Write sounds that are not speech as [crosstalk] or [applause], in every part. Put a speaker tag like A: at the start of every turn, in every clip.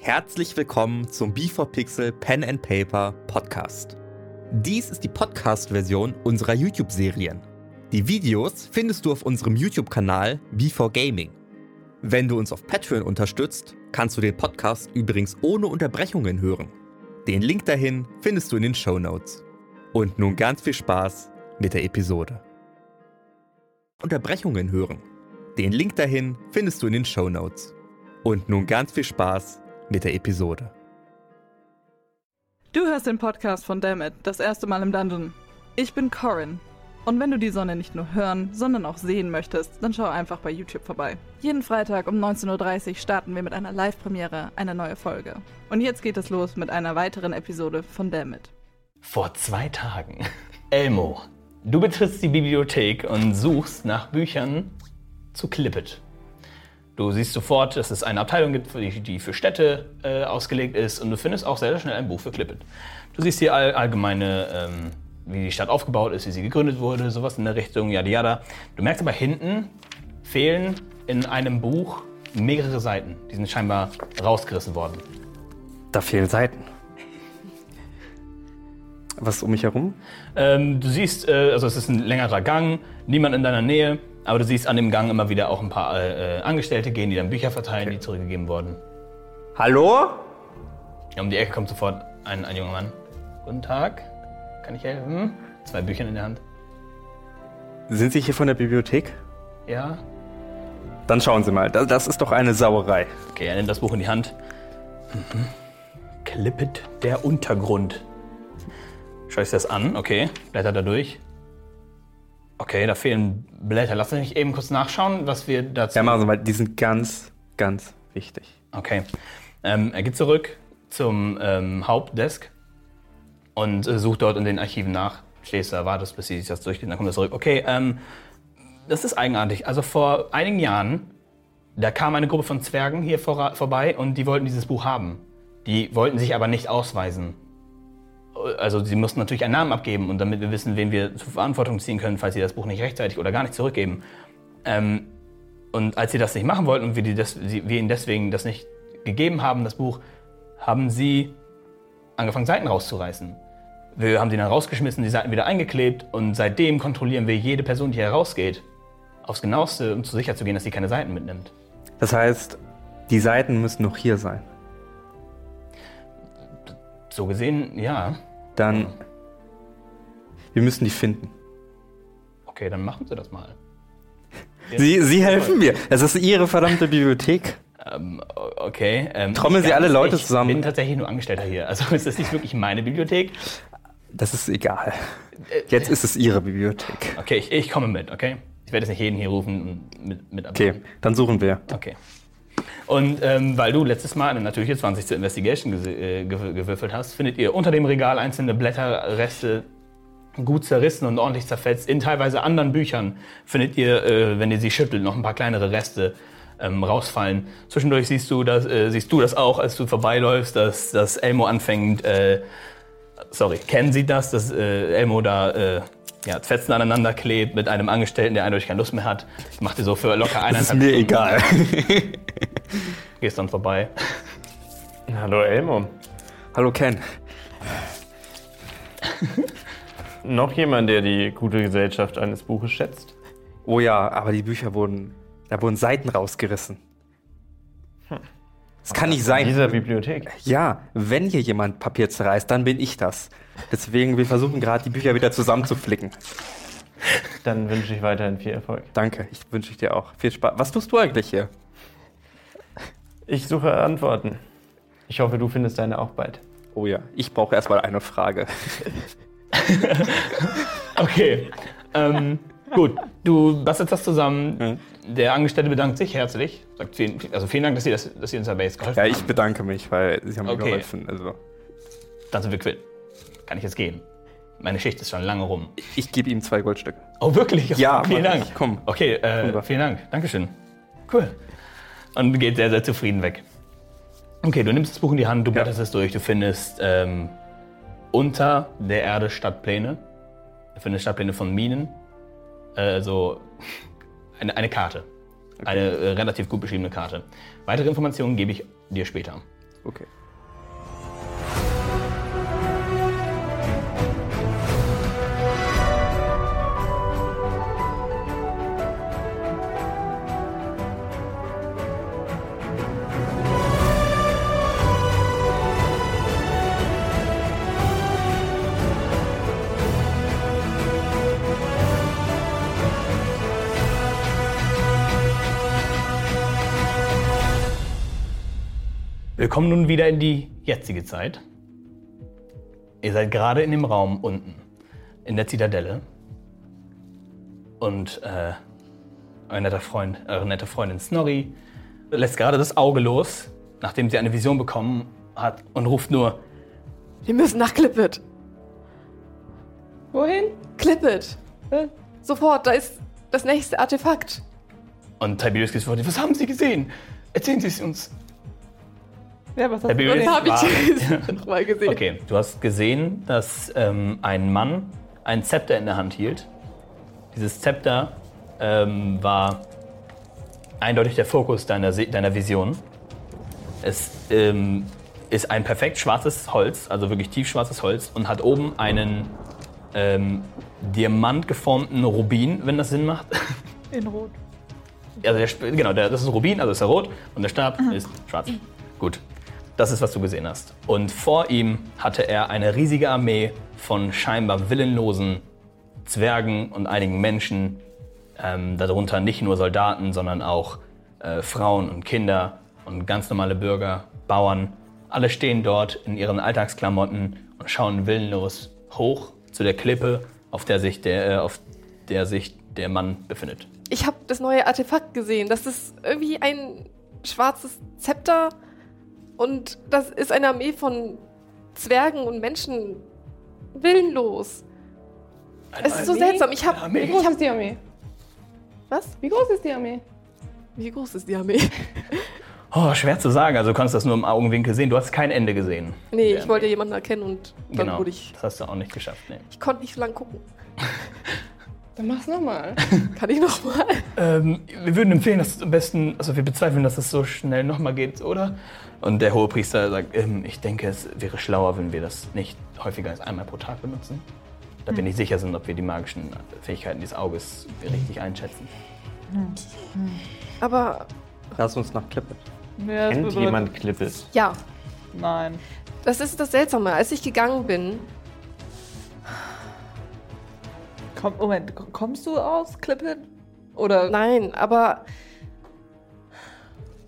A: Herzlich willkommen zum B4Pixel Pen and Paper Podcast. Dies ist die Podcast-Version unserer YouTube-Serien. Die Videos findest du auf unserem YouTube-Kanal B4Gaming. Wenn du uns auf Patreon unterstützt, kannst du den Podcast übrigens ohne Unterbrechungen hören. Den Link dahin findest du in den Show Notes. Und nun ganz viel Spaß mit der Episode. Unterbrechungen hören. Den Link dahin findest du in den Show Notes. Und nun ganz viel Spaß mit der Episode.
B: Du hörst den Podcast von Dammit, das erste Mal im Dungeon. Ich bin Corin. Und wenn du die Sonne nicht nur hören, sondern auch sehen möchtest, dann schau einfach bei YouTube vorbei. Jeden Freitag um 19.30 Uhr starten wir mit einer Live-Premiere eine neue Folge. Und jetzt geht es los mit einer weiteren Episode von Dammit.
C: Vor zwei Tagen. Elmo, du betrittst die Bibliothek und suchst nach Büchern zu Clippet. Du siehst sofort, dass es eine Abteilung gibt, die, die für Städte äh, ausgelegt ist und du findest auch sehr, sehr schnell ein Buch für Clippet. Du siehst hier all, allgemeine, ähm, wie die Stadt aufgebaut ist, wie sie gegründet wurde, sowas in der Richtung, yada yada. Du merkst aber hinten fehlen in einem Buch mehrere Seiten. Die sind scheinbar rausgerissen worden.
D: Da fehlen Seiten. Was ist um mich herum?
C: Ähm, du siehst, äh, also es ist ein längerer Gang, niemand in deiner Nähe, aber du siehst an dem Gang immer wieder auch ein paar äh, äh, Angestellte gehen, die dann Bücher verteilen, die zurückgegeben wurden.
D: Hallo?
C: Um die Ecke kommt sofort ein, ein junger Mann. Guten Tag, kann ich helfen? Zwei Bücher in der Hand.
D: Sind Sie hier von der Bibliothek?
C: Ja,
D: Dann schauen Sie mal, das, das ist doch eine Sauerei.
C: okay, er nimmt das Buch in die Hand. Mhm. Klippet der Untergrund. Schau ich das an, okay, blätter da durch. Okay, da fehlen Blätter. Lass mich eben kurz nachschauen, was wir dazu
D: Ja, machen Sie mal, die sind ganz, ganz wichtig.
C: Okay. Ähm, er geht zurück zum ähm, Hauptdesk und äh, sucht dort in den Archiven nach. Stehst da, wartest, bis sie sich das durchgehen, dann kommt er zurück. Okay, ähm, das ist eigenartig. Also vor einigen Jahren, da kam eine Gruppe von Zwergen hier vor, vorbei und die wollten dieses Buch haben. Die wollten sich aber nicht ausweisen. Also sie mussten natürlich einen Namen abgeben und damit wir wissen, wen wir zur Verantwortung ziehen können, falls sie das Buch nicht rechtzeitig oder gar nicht zurückgeben. Ähm, und als sie das nicht machen wollten und wir, die des, sie, wir ihnen deswegen das nicht gegeben haben, das Buch, haben sie angefangen, Seiten rauszureißen. Wir haben sie dann rausgeschmissen, die Seiten wieder eingeklebt und seitdem kontrollieren wir jede Person, die herausgeht, aufs Genaueste, um zu sicher zu gehen, dass sie keine Seiten mitnimmt.
D: Das heißt, die Seiten müssen noch hier sein.
C: So gesehen, ja.
D: Dann. Wir müssen die finden.
C: Okay, dann machen sie das mal.
D: Sie, Sie helfen mir. Es ist Ihre verdammte Bibliothek.
C: Ähm, o- okay. Ähm,
D: Trommeln
C: ich
D: Sie
C: kann-
D: alle Leute
C: ich
D: zusammen.
C: Ich bin tatsächlich nur Angestellter hier. Also es ist nicht wirklich meine Bibliothek.
D: Das ist egal. Jetzt ist es Ihre Bibliothek.
C: Okay, ich, ich komme mit, okay? Ich werde jetzt nicht jeden hier rufen und mit, mit
D: Okay, dann suchen wir.
C: Okay. Und ähm, weil du letztes Mal eine natürliche 20 zur Investigation gese- äh, gew- gewürfelt hast, findet ihr unter dem Regal einzelne Blätterreste gut zerrissen und ordentlich zerfetzt. In teilweise anderen Büchern findet ihr, äh, wenn ihr sie schüttelt, noch ein paar kleinere Reste ähm, rausfallen. Zwischendurch siehst du, das, äh, siehst du das auch, als du vorbeiläufst, dass, dass Elmo anfängt, äh, sorry, Ken sieht das, dass äh, Elmo da äh, ja, Fetzen aneinander klebt mit einem Angestellten, der eindeutig keine Lust mehr hat. Macht ihr so für locker eineinhalb
D: Das ist mir
C: Stunden
D: egal.
C: gehst dann vorbei.
E: Hallo Elmo.
D: Hallo Ken.
E: Noch jemand, der die gute Gesellschaft eines Buches schätzt?
D: Oh ja, aber die Bücher wurden. Da wurden Seiten rausgerissen. Das kann nicht
E: In
D: sein.
E: dieser Bibliothek.
D: Ja, wenn hier jemand Papier zerreißt, dann bin ich das. Deswegen, wir versuchen gerade, die Bücher wieder zusammenzuflicken.
E: Dann wünsche ich weiterhin viel Erfolg.
D: Danke, ich wünsche ich dir auch viel Spaß. Was tust du eigentlich hier?
E: Ich suche Antworten. Ich hoffe, du findest deine auch bald.
D: Oh ja, ich brauche erstmal eine Frage.
C: Okay. ähm, gut, du bastelt das zusammen. Der Angestellte bedankt sich herzlich. Sagt vielen, also vielen Dank, dass ihr, das, dass ihr uns dabei jetzt geholfen
D: Ja,
C: habt.
D: ich bedanke mich, weil sie haben mir
C: Okay.
D: geholfen. Also,
C: Dann sind wir quitt. Kann ich jetzt gehen. Meine Schicht ist schon lange rum.
D: ich gebe ihm zwei Goldstücke.
C: Oh, wirklich?
D: Ja,
C: vielen
D: mach
C: Dank.
D: ich. Komm.
C: Okay, äh,
D: Rüber.
C: vielen Dank. Dankeschön. Cool. Und geht sehr, sehr zufrieden weg. Okay, du nimmst das Buch in die Hand, du blätterst es durch, du findest ähm, unter der Erde Stadtpläne. Du findest Stadtpläne von Minen. Äh, so [laughs] eine, eine Karte. Eine äh, relativ gut beschriebene Karte. Weitere Informationen gebe ich dir später.
D: Okay.
C: Wir kommen nun wieder in die jetzige Zeit. Ihr seid gerade in dem Raum unten, in der Zitadelle. Und äh, euer netter Freund, eure nette Freundin Snorri lässt gerade das Auge los, nachdem sie eine Vision bekommen hat und ruft nur,
F: Wir müssen nach Clippet.
G: Wohin?
F: Clippet.
G: Äh,
F: Sofort, da ist das nächste Artefakt.
C: und Tiberius geht vor, was haben sie gesehen? Erzählen sie es uns.
G: Ja, was hast du
C: Tiberius
G: denn?
F: Hab
C: war-
F: ich nochmal gesehen.
C: Okay, du hast gesehen, dass ähm, ein Mann ein Zepter in der Hand hielt. Dieses Zepter ähm, war eindeutig der Fokus deiner, Se- deiner Vision. Es ähm, ist ein perfekt schwarzes Holz, also wirklich tiefschwarzes Holz, und hat oben einen ähm, diamantgeformten Rubin, wenn das Sinn macht.
G: In Rot.
C: Also der, Sp- genau, der, das ist Rubin, also ist er rot und der Stab ist schwarz. Gut, das ist, was du gesehen hast. Und vor ihm hatte er eine riesige Armee von scheinbar willenlosen Zwergen und einigen Menschen, ähm, darunter nicht nur Soldaten, sondern auch äh, Frauen und Kinder und ganz normale Bürger, Bauern. Alle stehen dort in ihren Alltagsklamotten und schauen willenlos hoch zu der Klippe, auf der sich der, äh, auf der, sich der Mann befindet.
F: [laughs] Ich habe das neue Artefakt gesehen. Das ist irgendwie ein schwarzes Zepter und das ist eine Armee von Zwergen und Menschen. Willenlos. Es ist so seltsam. Ich habe.
G: Wie groß ist die Armee?
F: Was?
G: Wie groß ist die Armee?
F: Wie groß ist die Armee? [laughs]
C: Oh, schwer zu sagen. Also du konntest das nur im Augenwinkel sehen. Du hast kein Ende gesehen.
F: Nee,
C: Ja.
F: ich wollte jemanden erkennen und dann
C: Genau.
F: wurde ich.
C: Das hast du auch nicht geschafft. Nee.
F: Ich konnte nicht so lange gucken.
G: Dann mach's nochmal.
F: Kann ich nochmal?
C: Ähm, wir würden empfehlen, dass es am besten, also wir bezweifeln, dass es so schnell nochmal geht, oder? Und der Hohepriester sagt, ähm, ich denke, es wäre schlauer, wenn wir das nicht häufiger als einmal pro Tag benutzen. Da
F: Hm.
C: wir nicht sicher sind, ob wir die magischen Fähigkeiten des Auges richtig einschätzen.
F: Aber
D: Lass uns nach Klippe.
G: Ja, das
E: Kennt
G: bedeutet-
E: jemand Clippet?
F: ja,
G: Nein.
F: das ist das Seltsame. Als ich gegangen bin,
G: Komm, Moment, k- kommst du aus Klippen? Oder
F: Nein, aber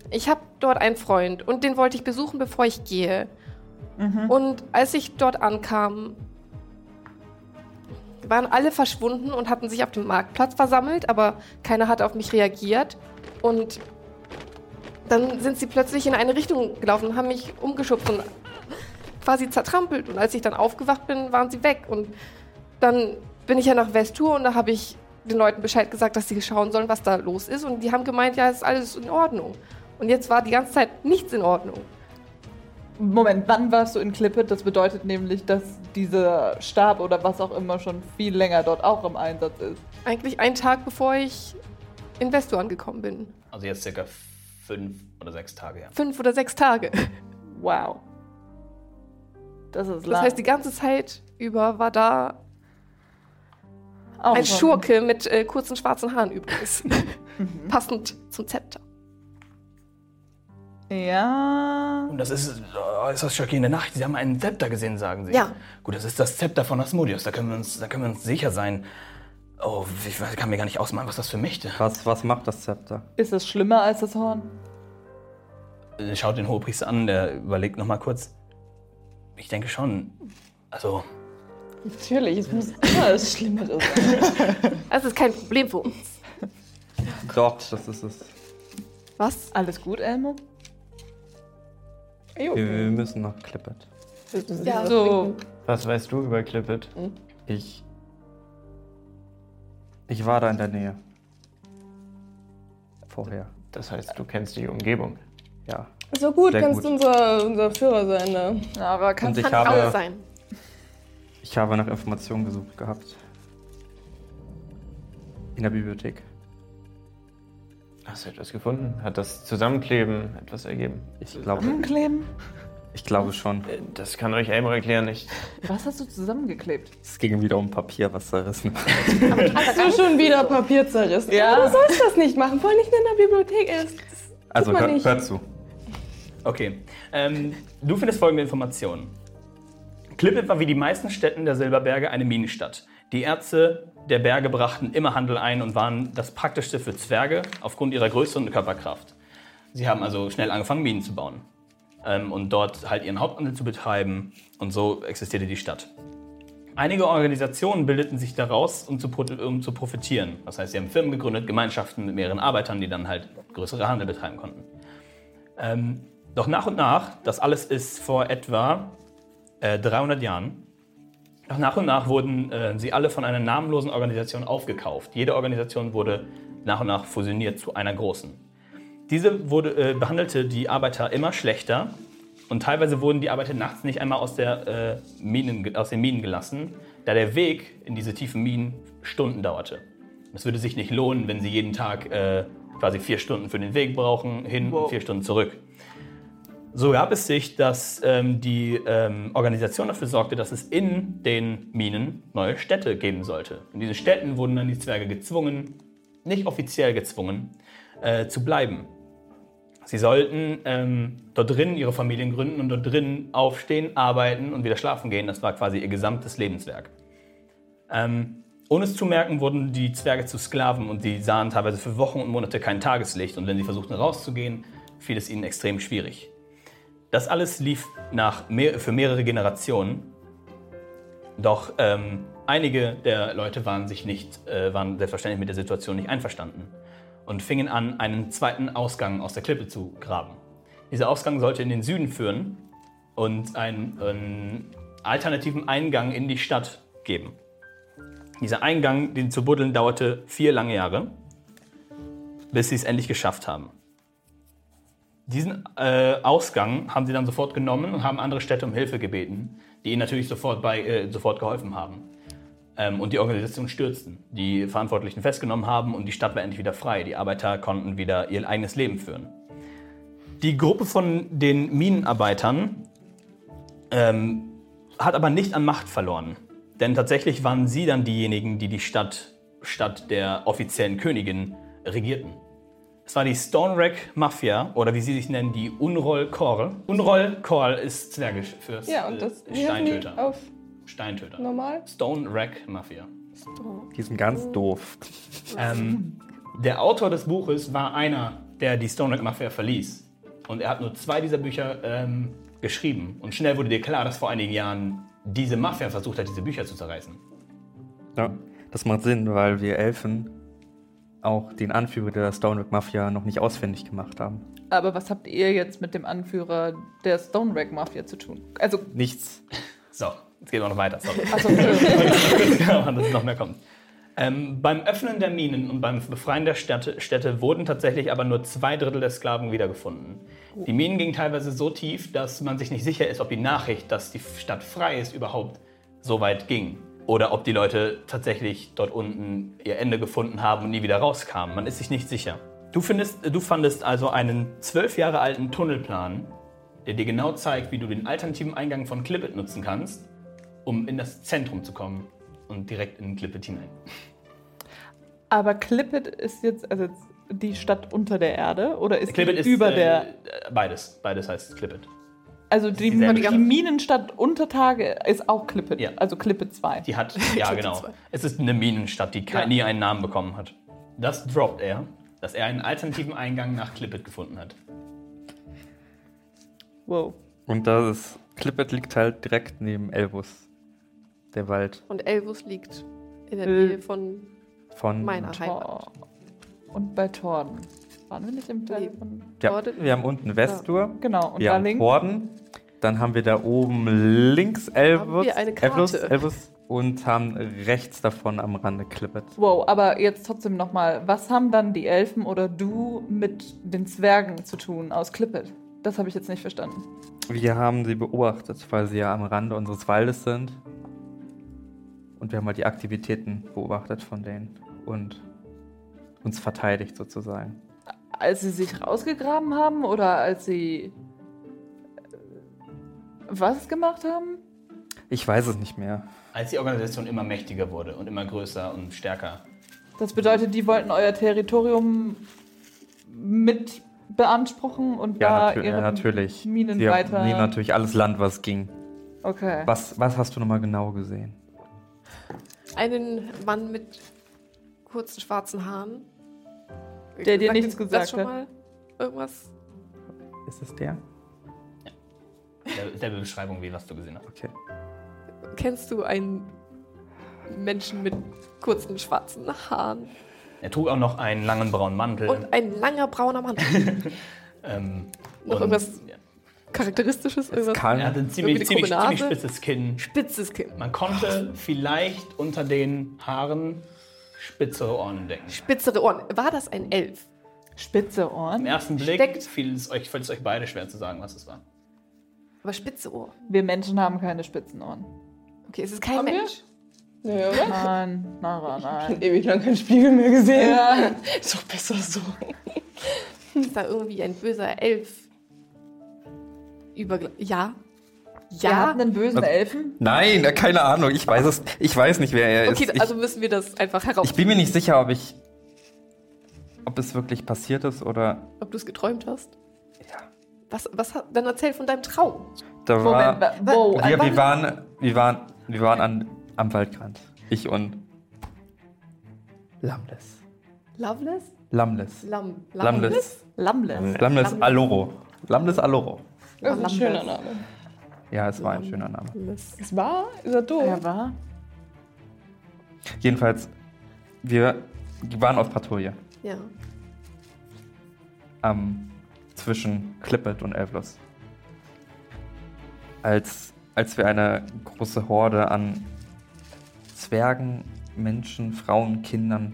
F: ich habe dort einen Freund und den wollte ich besuchen, bevor ich gehe. Und als ich dort ankam, waren alle verschwunden und hatten sich auf dem Marktplatz versammelt, aber keiner hat auf mich reagiert. Und dann sind sie plötzlich in eine Richtung gelaufen, haben mich umgeschubst und quasi zertrampelt. Und als ich dann aufgewacht bin, waren sie weg. Und dann bin ich ja nach Westur und da habe ich den Leuten Bescheid gesagt, dass sie schauen sollen, was da los ist. Und die haben gemeint, ja, ist alles in Ordnung. Und jetzt war die ganze Zeit nichts in Ordnung.
G: Moment, wann warst du in Klippet? Das bedeutet nämlich, dass dieser Stab oder was auch immer schon viel länger dort auch im Einsatz ist.
F: Eigentlich einen Tag bevor ich in Westur angekommen bin.
C: Also jetzt circa fünf oder sechs Tage, ja.
F: Fünf oder sechs Tage.
G: Wow. Das ist lang.
F: Das heißt, die ganze Zeit über war da
G: Auch
F: ein
G: schon.
F: Schurke mit äh, kurzen schwarzen Haaren [laughs] übrigens. Mhm. Passend zum Zepter.
G: Ja.
C: Und das ist äh, äußerst schockierende Nacht. Sie haben einen Zepter gesehen, sagen sie.
F: Ja.
C: Gut, das ist das Zepter von Asmodius. Da können wir uns, da können wir uns sicher sein. Oh, ich weiß- kann mir gar nicht ausmalen, was das für Mächte.
D: Was, was macht das Zepter?
G: Ist das schlimmer als das Horn?
C: Äh, Schaut den Hohepriester an, der überlegt noch mal kurz. Ich denke schon. Also,
G: Natürlich, es [laughs] muss immer das Schlimmere sein.
F: Das ist kein Problem für uns.
D: Doch, das ist es.
F: Was?
G: Alles gut, Elmo?
D: Wir, wir müssen nach Klippe.
F: Ja,
G: so.
E: Was weißt du über Clippet?
D: Ich. Ich war da in der Nähe. Vorher.
E: Das heißt, du kennst die Umgebung.
D: Ja.
G: So gut,
D: Sehr kannst gut. du
G: unser, unser Führer sein, ne? Aber
D: Und
G: kannst
D: ich
F: Kann alles
D: habe,
F: sein.
D: ich habe nach Informationen gesucht gehabt. In der Bibliothek.
E: Hast du etwas gefunden? Hat das Zusammenkleben etwas ergeben? Äh,
D: Ich glaube,
G: Umkleben?
D: Ich glaube schon.
E: Das kann euch Elmer erklären. Ich,
G: Was hast du zusammengeklebt?
D: Es ging wieder um Papier, was zerrissen.
H: Du schon wieder Papier zerrissen.
G: Ja.
H: Du sollst das nicht machen, vor allem nicht, wenn in der Bibliothek ist.
D: Also
H: man
D: hör,
H: nicht.
D: hör zu.
C: Okay. Ähm, du findest folgende Informationen. Klippet war wie die meisten Städten der Silberberge eine Minenstadt. Die Erze der Berge brachten immer Handel ein und waren das Praktischste für Zwerge aufgrund ihrer Größe und Körperkraft. Sie haben also schnell angefangen, Minen zu bauen ähm, und dort halt ihren Haupthandel zu betreiben und so existierte die Stadt. Einige Organisationen bildeten sich daraus, um zu, pro- um zu profitieren. Das heißt, sie haben Firmen gegründet, Gemeinschaften mit mehreren Arbeitern, die dann halt größere Handel betreiben konnten. Ähm, doch nach und nach, das alles ist vor etwa äh, 300 Jahren, doch nach und nach wurden äh, sie alle von einer namenlosen Organisation aufgekauft. Jede Organisation wurde nach und nach fusioniert zu einer großen. Diese wurde, äh, behandelte die Arbeiter immer schlechter und teilweise wurden die Arbeiter nachts nicht einmal aus, der, äh, Minen, aus den Minen gelassen, da der Weg in diese tiefen Minen Stunden dauerte. Es würde sich nicht lohnen, wenn sie jeden Tag äh, quasi vier Stunden für den Weg brauchen, hin und vier Stunden zurück. So gab es sich, dass ähm, die ähm, Organisation dafür sorgte, dass es in den Minen neue Städte geben sollte. In diesen Städten wurden dann die Zwerge gezwungen, nicht offiziell gezwungen, äh, zu bleiben. Sie sollten ähm, dort drin ihre Familien gründen und dort drin aufstehen, arbeiten und wieder schlafen gehen. Das war quasi ihr gesamtes Lebenswerk. Ähm, ohne es zu merken, wurden die Zwerge zu Sklaven und sie sahen teilweise für Wochen und Monate kein Tageslicht. Und wenn sie versuchten rauszugehen, fiel es ihnen extrem schwierig. Das alles lief nach mehr, für mehrere Generationen. Doch ähm, einige der Leute waren sich nicht, äh, waren selbstverständlich mit der Situation nicht einverstanden und fingen an, einen zweiten Ausgang aus der Klippe zu graben. Dieser Ausgang sollte in den Süden führen und einen, einen alternativen Eingang in die Stadt geben. Dieser Eingang, den zu buddeln, dauerte vier lange Jahre, bis sie es endlich geschafft haben. Diesen äh, Ausgang haben sie dann sofort genommen und haben andere Städte um Hilfe gebeten, die ihnen natürlich sofort, bei, äh, sofort geholfen haben ähm, und die Organisation stürzten. Die Verantwortlichen festgenommen haben und die Stadt war endlich wieder frei. Die Arbeiter konnten wieder ihr eigenes Leben führen. Die Gruppe von den Minenarbeitern ähm, hat aber nicht an Macht verloren. Denn tatsächlich waren sie dann diejenigen, die die Stadt statt der offiziellen Königin regierten. Es war die Stonewreck Mafia, oder wie sie sich nennen, die Unroll Korl. Unroll Korl ist Zwergisch fürs
H: Ja, und das
C: äh,
H: wie heißen die
C: Steintöter.
H: auf
C: Steintöter.
H: normal.
C: Stone Rack Mafia.
D: Die sind ganz doof.
C: Ähm, der Autor des Buches war einer, der die Stone Rack Mafia verließ. Und er hat nur zwei dieser Bücher ähm, geschrieben. Und schnell wurde dir klar, dass vor einigen Jahren diese Mafia versucht hat, diese Bücher zu zerreißen.
D: Ja, das macht Sinn, weil wir Elfen auch den Anführer der Stonewick Mafia noch nicht ausfindig gemacht haben.
G: Aber was habt ihr jetzt mit dem Anführer der Stone Rack Mafia zu tun? Also,
D: Nichts.
C: So, jetzt gehen wir noch weiter. Sorry.
G: achso, Entschuldigung.
C: [laughs] Ja, dass noch mehr kommt. Ähm, beim Öffnen der Minen und beim Befreien der Städte, Städte wurden tatsächlich aber nur zwei Drittel der Sklaven wiedergefunden. Die Minen gingen teilweise so tief, dass man sich nicht sicher ist, ob die Nachricht, dass die Stadt frei ist, überhaupt so weit ging. Oder ob die Leute tatsächlich dort unten ihr Ende gefunden haben und nie wieder rauskamen. Man ist sich nicht sicher. Du, findest, du fandest also einen zwölf Jahre alten Tunnelplan, der dir genau zeigt, wie du den alternativen Eingang von Clippet nutzen kannst, um in das Zentrum zu kommen und direkt in Clippet hinein.
G: aber Clippet ist jetzt, also jetzt die Stadt unter der Erde oder ist
C: Clippet
G: die über
C: äh,
G: der.
C: Beides. Beides heißt Clippet.
G: Also die,
C: dieselbe
G: die
C: Stadt.
G: Minenstadt unter Tage ist auch Clippet.
C: Ja.
G: Also Clippet 2.
C: Die hat, ja genau. Es ist eine Minenstadt, die kein,
G: Ja.
C: nie einen Namen bekommen hat. Das droppt er, dass er einen alternativen Eingang nach Clippet gefunden hat.
G: Wow.
D: Und das ist. Clippet liegt halt direkt neben Elbus. Der Wald
F: Und Elvus liegt in der
G: Äh.
F: Nähe von
D: von.
F: meiner Heimat.
G: Tor. Und bei Torden. Waren wir nicht im Teil
F: Nee.
G: von.
D: Ja,
F: Norden.
D: wir haben unten Westur.
G: Genau, und
D: Wir
G: da
D: haben
G: links.
D: Horden. Dann haben wir da oben links Elbus.
F: wir eine Karte.
D: Elbus, Elbus. Und haben rechts davon am Rande Clippet.
G: Wow, aber jetzt trotzdem nochmal, was haben dann die Elfen oder du mit den Zwergen zu tun aus Clippet? Das habe ich jetzt nicht verstanden.
D: Wir haben sie beobachtet, weil sie ja am Rande unseres Waldes sind. Und wir haben halt die Aktivitäten beobachtet von denen und uns verteidigt sozusagen.
G: Als sie sich rausgegraben haben oder als sie äh, was gemacht haben?
D: Ich weiß es nicht mehr.
C: Als die Organisation immer mächtiger wurde und immer größer und stärker.
G: Das bedeutet, die wollten euer Territorium mit beanspruchen und
D: Ja,
G: da
D: natür
G: ihre
D: ja natürlich.
G: Minen
D: Sie
G: weiter.
D: nehmen natürlich alles Land, was ging.
G: Okay.
D: Was, was hast du nochmal genau gesehen?
F: Einen Mann mit kurzen schwarzen Haaren.
G: Der dir
F: Sagt
G: nichts
F: das
G: gesagt
F: schon
G: hat.
F: Mal? Irgendwas.
D: Ist es der?
C: Der- Derbe Beschreibung, wie was du gesehen hast.
D: Okay.
F: Kennst du einen Menschen mit kurzen schwarzen Haaren?
C: Er trug auch noch einen langen braunen Mantel.
F: Und ein langer brauner Mann.
C: ähm,
F: noch
C: und-
F: irgendwas-
C: Ja.
F: Charakteristisches? Irgendwas?
C: Er hatte
D: Karl,
C: ein ziemlich,
F: eine
C: ziemlich,
F: krumme
C: ziemlich
F: Nase.
C: spitzes Kinn.
F: Spitzes Kinn.
C: Man konnte vielleicht unter den Haaren spitzere Ohren entdecken.
F: Spitzere Ohren. War das ein Elf?
G: Spitze
C: Im
G: Ohren?
C: ersten Blick
F: Steckt-
C: fiel es euch, fällt es euch beide schwer zu sagen, was es war.
F: Aber spitze Ohren.
G: Wir Menschen haben keine spitzen
H: [laughs]
G: Ohren.
F: Okay, es ist kein
H: Haben wir?
F: Mensch.
H: Naja, oder?
G: Nein, Nara,
H: Ich
G: nein.
H: habe ewig lang keinen Spiegel mehr gesehen. Ist doch besser [laughs] so.
F: Ist da irgendwie ein böser Elf? Über ja.
G: Ihr
F: Ja.
G: habt einen bösen
D: Also-
G: Elfen?
D: nein, äh, keine Ahnung. Ich weiß es. Ich weiß nicht, wer er
F: Okay,
D: ist. Ich,
F: also müssen wir das einfach
D: ich
F: herausfinden,
D: bin mir nicht sicher, ob ich, ob es wirklich passiert ist oder.
F: ob du es geträumt hast.
D: Ja.
F: Was, was, hat- dann erzähl von deinem Traum.
D: Da
G: Moment,
D: war.
G: wa- wow.
D: Wir, wir waren, wir waren, wir waren an, am Waldrand. Ich und Lamles.
F: Loveless?
D: Lamles.
F: Lam,
D: Lamles.
G: Lambles.
D: Lamles Aloro. Lamles Aloro.
H: Das ist ein
F: Lambert.
H: schöner Name.
D: Ja, es war ein schöner Name.
F: Lambles?
H: Es war, ist er doof.
G: Er war?
D: Jedenfalls, wir waren auf Patrouille
F: Ja.
D: ähm, zwischen Clippet und Elvlos. Als, als wir eine große Horde an Zwergen, Menschen, Frauen, Kindern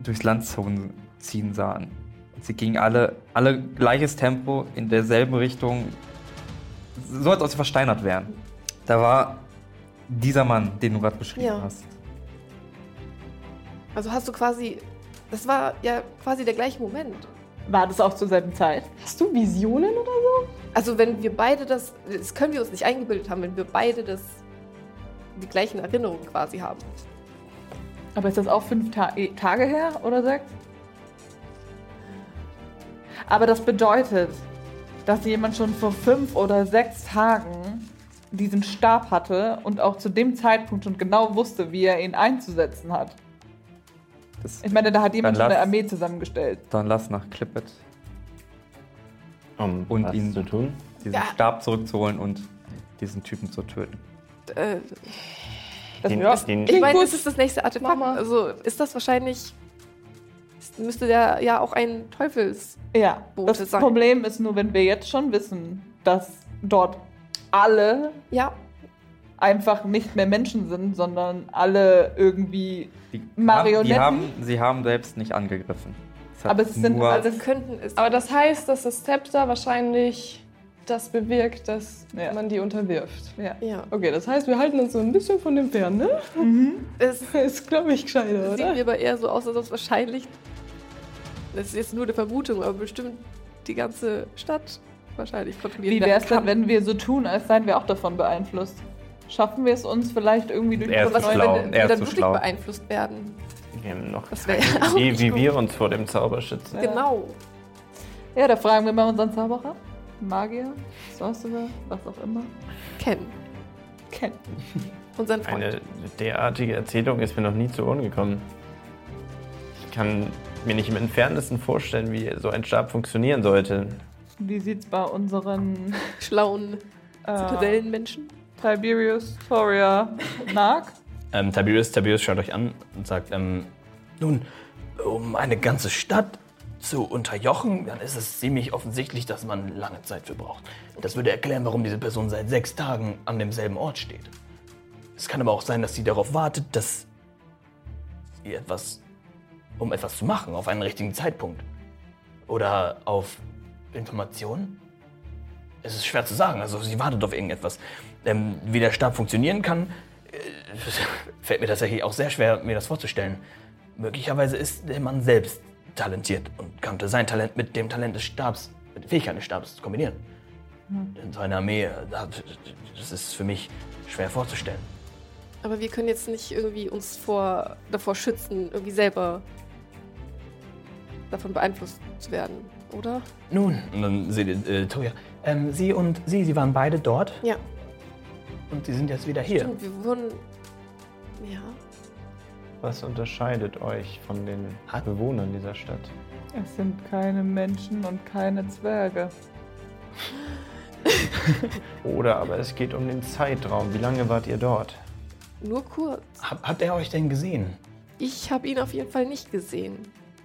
D: durchs Land zogen- ziehen sahen. Und sie gingen alle, alle gleiches Tempo in derselben Richtung, so als ob sie versteinert wären. Da war dieser Mann, den du gerade beschrieben
F: Ja.
D: hast.
F: Also hast du quasi. Das war ja quasi der gleiche Moment.
G: War das auch zur selben Zeit?
H: Hast du Visionen oder so?
F: Also wenn wir beide das. Das können wir uns nicht eingebildet haben, wenn wir beide das. Die gleichen Erinnerungen quasi haben.
G: Aber ist das auch fünf Ta eh, Tage her oder sechs? Aber das bedeutet, dass jemand schon vor fünf oder sechs Tagen diesen Stab hatte und auch zu dem Zeitpunkt schon genau wusste, wie er ihn einzusetzen hat.
D: Das
G: Ich meine, da hat jemand schon
D: Dann
G: eine
D: lass-
G: Armee zusammengestellt.
D: Dann lass nach Clippet
E: Um
D: Und
E: was
D: ihn-
E: zu tun?
D: diesen
F: Ja.
D: Stab zurückzuholen und diesen Typen zu töten.
F: Äh,
E: Den,
H: Ja.
E: den,
F: ich
H: Klingt
F: meine,
H: gut.
F: es ist das nächste Artefakt.
H: Mach mal.
F: Also ist das wahrscheinlich. es Müsste der ja auch ein Teufels.
G: Ja,
F: Bote
G: das
F: sein.
G: Problem ist nur, wenn wir jetzt schon wissen, dass dort alle
F: Ja,
G: einfach nicht mehr Menschen sind, sondern alle irgendwie
D: Die,
G: Marionetten?
D: Die haben, sie haben selbst nicht angegriffen. hat
G: Aber es sind
D: nur-
G: also-
F: wir könnten es.
H: Aber das heißt, dass das Zepter wahrscheinlich das bewirkt, dass
G: Ja.
H: man die unterwirft.
G: ja.
F: ja.
H: Okay, das heißt, wir halten uns so ein bisschen von dem fern, ne?
F: Es
H: [laughs] Ist, glaube ich, gescheiter,
F: sieht mir
H: oder?
F: aber eher so aus, als ob es wahrscheinlich. Das ist jetzt nur eine Vermutung, aber bestimmt die ganze Stadt wahrscheinlich kontrolliert.
G: Wie
F: werden
G: wäre es denn,
F: kann.
G: wenn wir so tun, als seien wir auch davon beeinflusst? Schaffen wir es uns vielleicht irgendwie durch
D: Er ist
F: Aber was,
D: zu
F: wenn
D: schlau.
F: wir-
D: Er
F: wenn wir
D: ist
F: dann
D: zu
F: wirklich
D: schlau.
F: beeinflusst werden?
E: wir haben noch
F: Das wäre
E: keine
F: ja auch
E: Idee,
F: nicht
E: wie
F: gut.
E: wir uns vor dem Zauber schützen.
F: Genau.
G: Ja, da fragen wir mal unseren Zauberer, Magier, Sorcerer, was auch immer.
F: Ken,
G: Ken.
F: unseren Freund.
E: Eine derartige Erzählung ist mir noch nie zu Ohren gekommen. Ich kann mir nicht im entferntesten vorstellen, wie so ein Stab funktionieren sollte.
G: Wie sieht's bei unseren
F: schlauen
G: äh,
F: Zitadellenmenschen.
G: Tiberius, Thoria, Nag?
C: Ähm, Tiberius, Tiberius schaut euch an und sagt, ähm, nun, um eine ganze Stadt zu unterjochen, dann ist es ziemlich offensichtlich, dass man lange Zeit für braucht. Das würde erklären, warum diese Person seit sechs Tagen an demselben Ort steht. Es kann aber auch sein, dass sie darauf wartet, dass sie etwas, um etwas zu machen, auf einen richtigen Zeitpunkt. Oder auf Informationen. Es ist schwer zu sagen, also sie wartet auf irgendetwas. Ähm, wie der Stab funktionieren kann, fällt mir tatsächlich auch sehr schwer, mir das vorzustellen. Möglicherweise ist der Mann selbst talentiert und könnte sein Talent mit dem Talent des Stabs, mit den Fähigkeiten des Stabs kombinieren.
F: Hm.
C: in seiner Armee. Da- Das ist für mich schwer vorzustellen.
F: Aber wir können jetzt nicht irgendwie uns vor, davor schützen, irgendwie selber davon beeinflusst zu werden, oder?
C: Nun, und dann seht ihr äh, Toya. Ähm, sie und sie, sie waren beide dort
F: Ja.
C: und sie sind jetzt wieder hier.
F: Stimmt, wir wurden. Ja.
E: Was unterscheidet euch von den
C: Hat-
E: Bewohnern dieser Stadt?
G: Es sind keine Menschen und keine Zwerge.
E: Oder aber es geht um den Zeitraum. Wie lange wart ihr dort?
F: Nur kurz.
C: Hab, habt ihr euch denn gesehen?
F: Ich habe ihn auf jeden Fall nicht gesehen.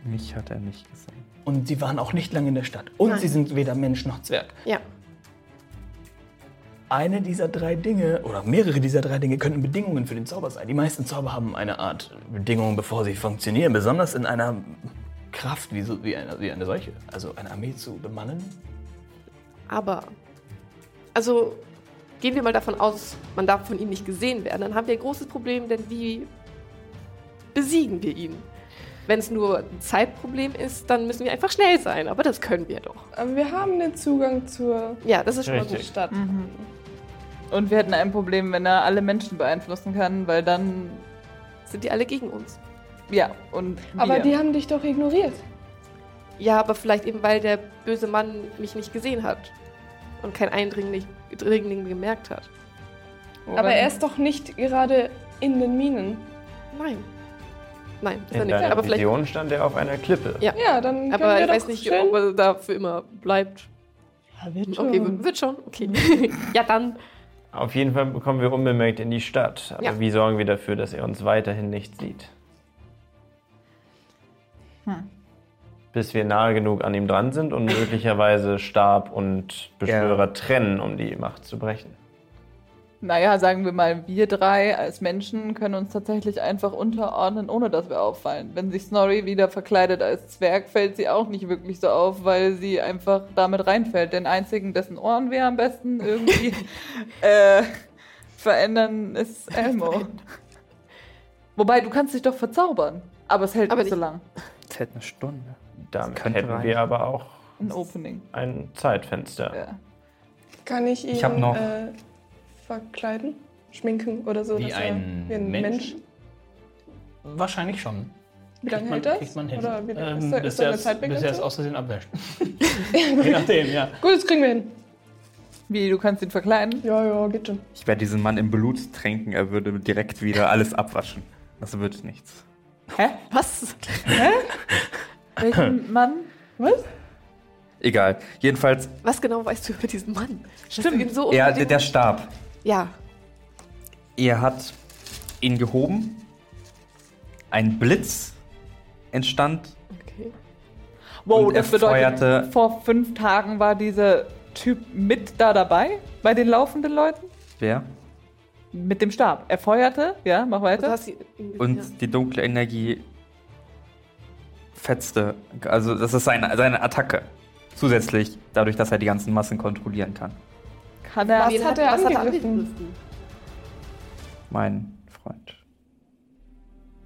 D: Mich hat er nicht gesehen.
C: Und sie waren auch nicht lange in der Stadt. Und
F: Nein.
C: sie sind weder Mensch noch Zwerg.
F: Ja.
C: Eine dieser drei Dinge oder mehrere dieser drei Dinge könnten Bedingungen für den Zauber sein. Die meisten Zauber haben eine Art Bedingungen, bevor sie funktionieren. Besonders in einer Kraft wie, so, wie, eine, wie eine solche. Also eine Armee zu bemannen.
F: Aber. Also, gehen wir mal davon aus, man darf von ihm nicht gesehen werden. Dann haben wir ein großes Problem, denn wie besiegen wir ihn? Wenn es nur ein Zeitproblem ist, dann müssen wir einfach schnell sein. Aber das können wir doch.
H: Aber wir haben den Zugang zur
F: Ja, das ist schon mal gut.
E: Richtig. Mhm.
H: Stadt.
G: Und wir hätten ein Problem, wenn er alle Menschen beeinflussen kann, weil dann.
F: Sind die alle gegen uns?
G: Ja, und.
H: Aber
G: wir.
H: die haben dich doch ignoriert.
F: Ja, aber vielleicht eben, weil der böse Mann mich nicht gesehen hat und kein Eindringling Dringling gemerkt hat.
G: Oder-
H: Aber er ist doch nicht gerade in den Minen.
F: Nein. Nein, das ist er
E: In
F: nicht.
E: deiner
F: Aber vielleicht.
E: Vision stand er auf einer Klippe.
F: Ja.
H: Ja,
F: Aber
H: dann
F: ich
H: können wir
F: weiß
H: doch
F: nicht,
H: schön
F: ob er da für immer bleibt. Okay, wird, wird schon. Okay. [laughs] ja, dann.
E: Auf jeden Fall kommen wir unbemerkt in die Stadt. Aber
F: Ja.
E: wie sorgen wir dafür, dass er uns weiterhin nicht sieht?
G: Hm.
E: Bis wir nahe genug an ihm dran sind und möglicherweise Stab und Beschwörer trennen, um die Macht zu brechen.
G: Naja, sagen wir mal, wir drei als Menschen können uns tatsächlich einfach unterordnen, ohne dass wir auffallen. Wenn sich Snorri wieder verkleidet als Zwerg, fällt sie auch nicht wirklich so auf, weil sie einfach damit reinfällt. Den einzigen, dessen Ohren wir am besten irgendwie äh, verändern, ist Elmo. Wobei, du kannst dich doch verzaubern, aber es hält
F: Aber
G: nicht so
F: nicht-
G: lang.
D: Es hätte eine Stunde.
E: Damit
D: könnte
E: hätten
D: reichen.
E: wir aber auch
G: Ein Opening.
E: ein Zeitfenster.
G: Ja.
H: Kann ich ihn
D: Ich hab noch-
H: äh, verkleiden? Schminken oder so?
C: Wie
H: dass er-
C: ein
H: wie ein Mensch.
C: Mensch? Wahrscheinlich schon.
H: Wie lange
C: man,
H: hält das?
C: Kriegt man hin.
H: Oder wie
C: Ähm,
H: ist
C: bis
H: da, ist da
C: er
H: eine
C: es- bis er es
H: Zeitbegrenzung?
C: aus Versehen abwäscht. Je nachdem, ja.
H: Gut, das kriegen wir hin.
G: Wie, du kannst ihn verkleiden?
H: Ja, ja, geht schon.
D: Ich werde diesen Mann im Blut tränken. Er würde direkt wieder alles abwaschen. Das wird nichts.
F: Was?
G: Welchen Mann?
H: Was?
D: Egal. Jedenfalls,
F: Was genau weißt du über diesen Mann? Stimmt. Ihn so
D: er, der,
F: unbedingt-
D: der Stab.
F: ja.
D: Er hat ihn gehoben. Ein Blitz entstand.
F: Okay.
G: Wow,
D: Und er
G: das bedeutet,
D: feuerte-
G: vor fünf Tagen war dieser Typ mit da dabei, bei den laufenden Leuten,
D: Wer?
G: mit dem Stab. Er feuerte, ja, mach
F: Du
G: weiter.
F: hast ihn, ihn
D: Und
F: ja.
D: die dunkle Energie fetzte. Also, das ist seine, seine Attacke. Zusätzlich dadurch, dass er die ganzen Massen kontrollieren kann.
G: Kann er,
H: Was
F: Wen
H: hat er
F: was
H: angegriffen?
D: Mein Freund.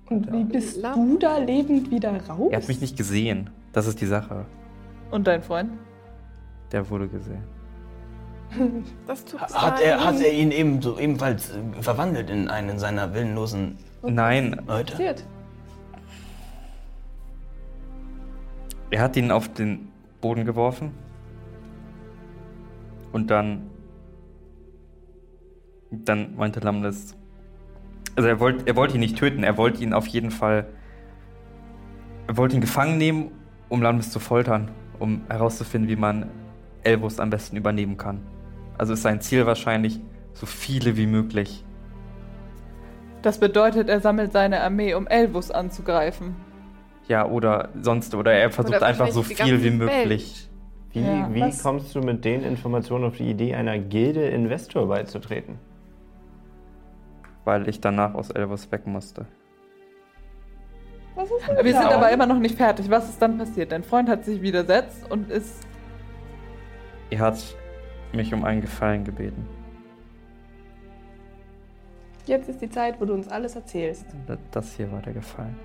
H: Und wie bist
F: Lab-
H: du da lebend wieder raus?
D: Er hat mich nicht gesehen. Das ist die Sache.
G: und dein Freund?
D: Der wurde gesehen.
F: Das tut mir
C: Hat er, hat
F: leid.
C: er ihn eben so ebenfalls äh, verwandelt in einen seiner willenlosen
D: Nein,
C: Leute?
H: Passiert.
D: er hat ihn auf den Boden geworfen. Und dann. Dann meinte Lamles. Also, er wollte er wollte ihn nicht töten. Er wollte ihn auf jeden Fall. Er wollte ihn gefangen nehmen, um Lamles zu foltern. Um herauszufinden, wie man Elvus am besten übernehmen kann. Also ist sein Ziel wahrscheinlich, so viele wie möglich.
G: Das bedeutet, er sammelt seine Armee, um Elvus anzugreifen.
D: Ja, oder sonst. Oder er versucht
F: Oder
D: einfach so
F: vielleicht die
D: viel wie
F: ganze Welt.
D: möglich.
E: Wie,
G: Ja,
E: wie
G: was-
E: kommst du mit den Informationen auf die Idee, einer Gilde Investor beizutreten?
D: weil ich danach aus Elvas weg musste.
H: Was ist genau?
G: Wir
H: da?
G: sind aber immer noch nicht fertig. Was ist dann passiert? Dein Freund hat sich widersetzt und ist.
D: Er hat mich um einen Gefallen gebeten.
H: Jetzt ist die Zeit, wo du uns alles erzählst.
D: D- Das hier war der Gefallen.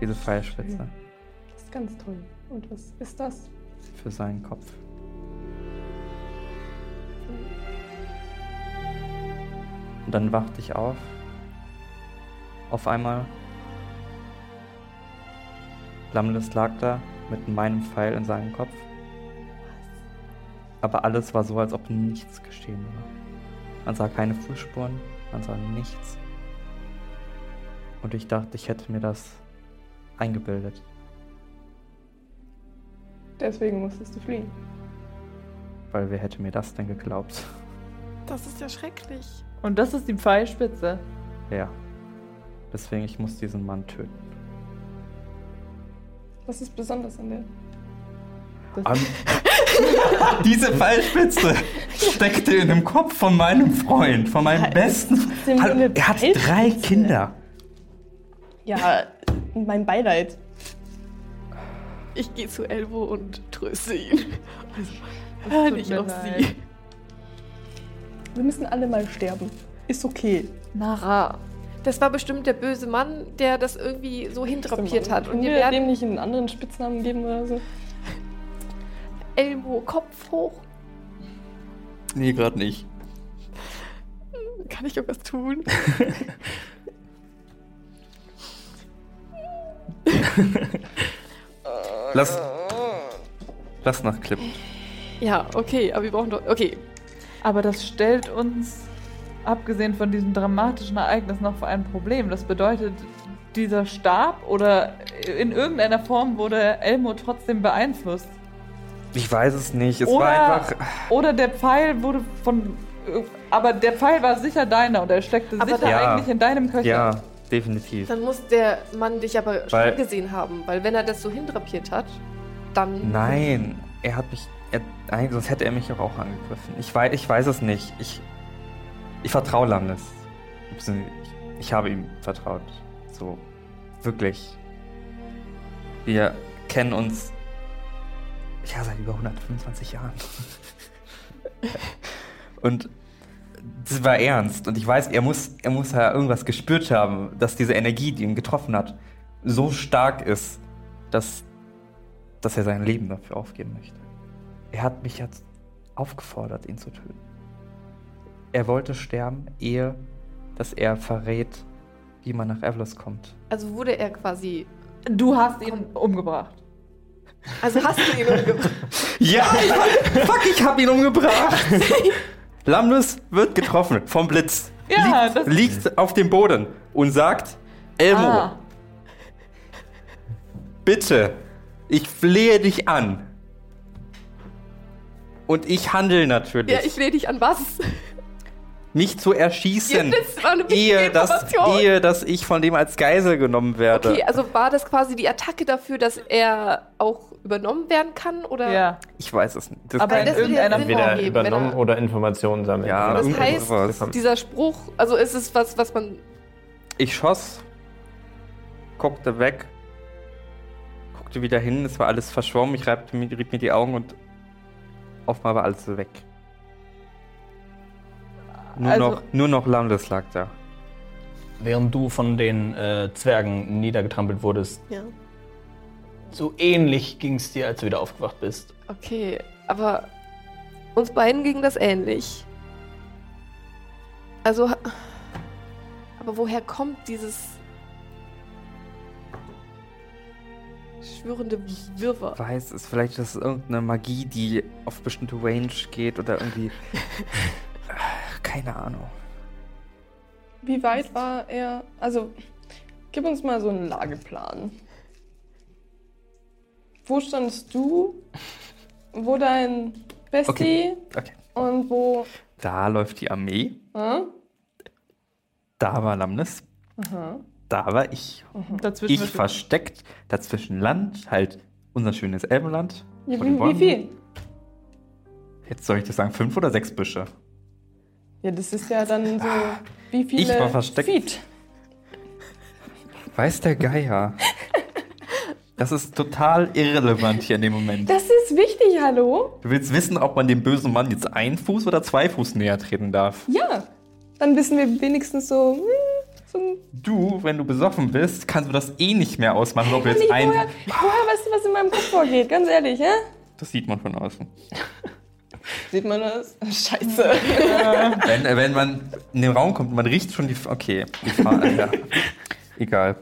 D: Diese Pfeilspitze.
H: Das ist ganz toll. Und was ist das?
D: für seinen Kopf. Und dann wachte ich auf. Auf einmal. Lamles lag da mit meinem Pfeil in seinem Kopf. Aber alles war so, als ob nichts geschehen war. Man sah keine Fußspuren, man sah nichts. Und ich dachte, ich hätte mir das eingebildet.
H: Deswegen musstest du fliehen.
D: Weil wer hätte mir das denn geglaubt? [laughs]
F: Das ist ja schrecklich.
G: Und das ist die Pfeilspitze.
D: Ja. Deswegen, ich muss diesen Mann töten.
H: Was ist besonders an der?
D: Diese Pfeilspitze steckte in dem Kopf von meinem Freund, von meinem besten
H: denn
D: Freund.
H: für
D: Hallo,
H: eine
D: Er hat drei
H: Pfeilspitze?
D: Kinder.
H: Ja, mein Beileid.
F: Ich gehe zu Elvo und tröste ihn. Also, hör
G: tut
F: nicht
G: mir
F: auf
G: leid.
F: sie.
H: Äh, Wir müssen alle mal sterben. Ist okay.
G: Nara.
F: Das war bestimmt der böse Mann, der das irgendwie so hintrapiert hat. Und
H: Und
F: wir
H: wir
F: werden
H: dem nicht einen anderen Spitznamen geben oder so.
F: Elvo Kopf hoch.
A: Nee, gerade nicht.
F: Kann ich irgendwas tun?
D: Lass, lass nach Clip.
F: Ja, okay, aber wir brauchen doch. Okay.
G: Aber das stellt uns, abgesehen von diesem dramatischen Ereignis, noch vor ein Problem. Das bedeutet, dieser Stab oder in irgendeiner Form wurde Elmo trotzdem beeinflusst.
D: Ich weiß es nicht. Es war
G: Oder-
D: einfach.
G: Oder der Pfeil wurde von. Aber der Pfeil war sicher deiner und er steckte
F: Aber
G: sicher
D: da- Ja.
G: eigentlich in deinem Köcher.
D: Ja, definitiv.
F: Dann muss der Mann dich aber schon
D: Weil-
F: gesehen haben, weil wenn er das so hindrapiert hat, dann.
D: Nein, er hat mich. Er, nein, sonst hätte er mich auch, auch angegriffen. Ich weiß, ich weiß es nicht. Ich, ich vertraue Landes. Ich, ich habe ihm vertraut. So. Wirklich. Wir kennen uns. Ja, seit über 125 Jahren. [laughs] Und das war ernst. Und ich weiß, er muss, er muss ja irgendwas gespürt haben, dass diese Energie, die ihn getroffen hat, so stark ist, dass, dass er sein Leben dafür aufgeben möchte. Er hat mich jetzt aufgefordert, ihn zu töten. Er wollte sterben, ehe dass er verrät, wie man nach Avalos kommt.
F: Also wurde er quasi.
G: Du hast ihn umgebracht.
F: Also hast du ihn umgebracht.
D: [laughs] Ja, ich, fuck, ich hab ihn [laughs] umgebracht. Lamnus wird getroffen vom Blitz.
G: Ja,
D: liegt,
G: das-
D: liegt auf dem Boden und sagt, Elmo,
G: Ah,
D: bitte, ich flehe dich an. Und ich handle natürlich,
F: ja, ich flehe dich an was?
D: mich zu erschießen,
F: das war [laughs] eine wichtige
D: ehe dass,
F: Information.
D: ehe dass ich von dem als Geisel genommen werde.
F: Okay, also war das quasi die Attacke dafür, dass er auch übernommen werden kann? Oder?
G: ja.
D: Ich weiß es nicht. Das
G: Aber
F: Weil
G: in
F: das würde ja
G: irgendeiner
F: Sinn
E: Entweder
F: ergeben, wenn er-
E: übernommen oder Informationen sammeln.
D: Ja,
E: Oder
F: Das
E: so.
F: heißt,
E: Sowas.
F: dieser Spruch, also ist es was, was man.
D: Ich schoss, guckte weg, guckte wieder hin, es war alles verschwommen, ich reibte mir, rieb mir die Augen und auf einmal war alles so weg. Nur
G: Also-
D: noch, nur noch Lamdes lag da.
C: Während du von den äh, Zwergen niedergetrampelt wurdest,
F: Ja.
C: so ähnlich ging es dir, als du wieder aufgewacht bist.
F: Okay, aber uns beiden ging das ähnlich. Also. ha- Aber woher kommt dieses. schwörende Wirrwarr?
D: Weiß es, vielleicht ist es irgendeine Magie, die auf bestimmte Range geht oder irgendwie. Keine Ahnung.
H: Wie weit war er? Also, gib uns mal so einen Lageplan. Wo standst du? Wo dein Bestie?
D: Okay. Okay.
H: Und wo.
D: Da läuft die Armee,
H: Hm?
D: da war Lamnes,
H: Aha.
D: da war ich.
G: Dazwischen
D: Ich
G: wird-
D: versteckt, dazwischen Land, halt unser schönes Elbenland.
H: Ja,
D: Von den
H: wie, wie
D: Bäumen.
H: viel?
D: Jetzt soll ich das sagen, fünf oder sechs Büsche?
H: Ja, das ist ja dann so. Wie viele
D: Ich war versteckt.
H: Feet?
D: Weiß der Geier. Das ist total irrelevant hier in dem Moment.
H: Das ist wichtig, hallo?
D: Du willst wissen, ob man dem bösen Mann jetzt einen Fuß oder zwei Fuß näher treten darf.
H: Ja. Dann wissen wir wenigstens so. Hm, so ein-
D: Du, wenn du besoffen bist, kannst du das eh nicht mehr ausmachen, ob du jetzt
H: ich
D: einen.
H: vorher, vorher weißt du, was in meinem Kopf vorgeht, ganz ehrlich, hä?
D: Das sieht man von außen.
H: [laughs] Sieht man das? Scheiße.
D: Wenn, äh, wenn man in den Raum kommt, und man riecht schon die. F- Okay, die Fahne, ja. Egal.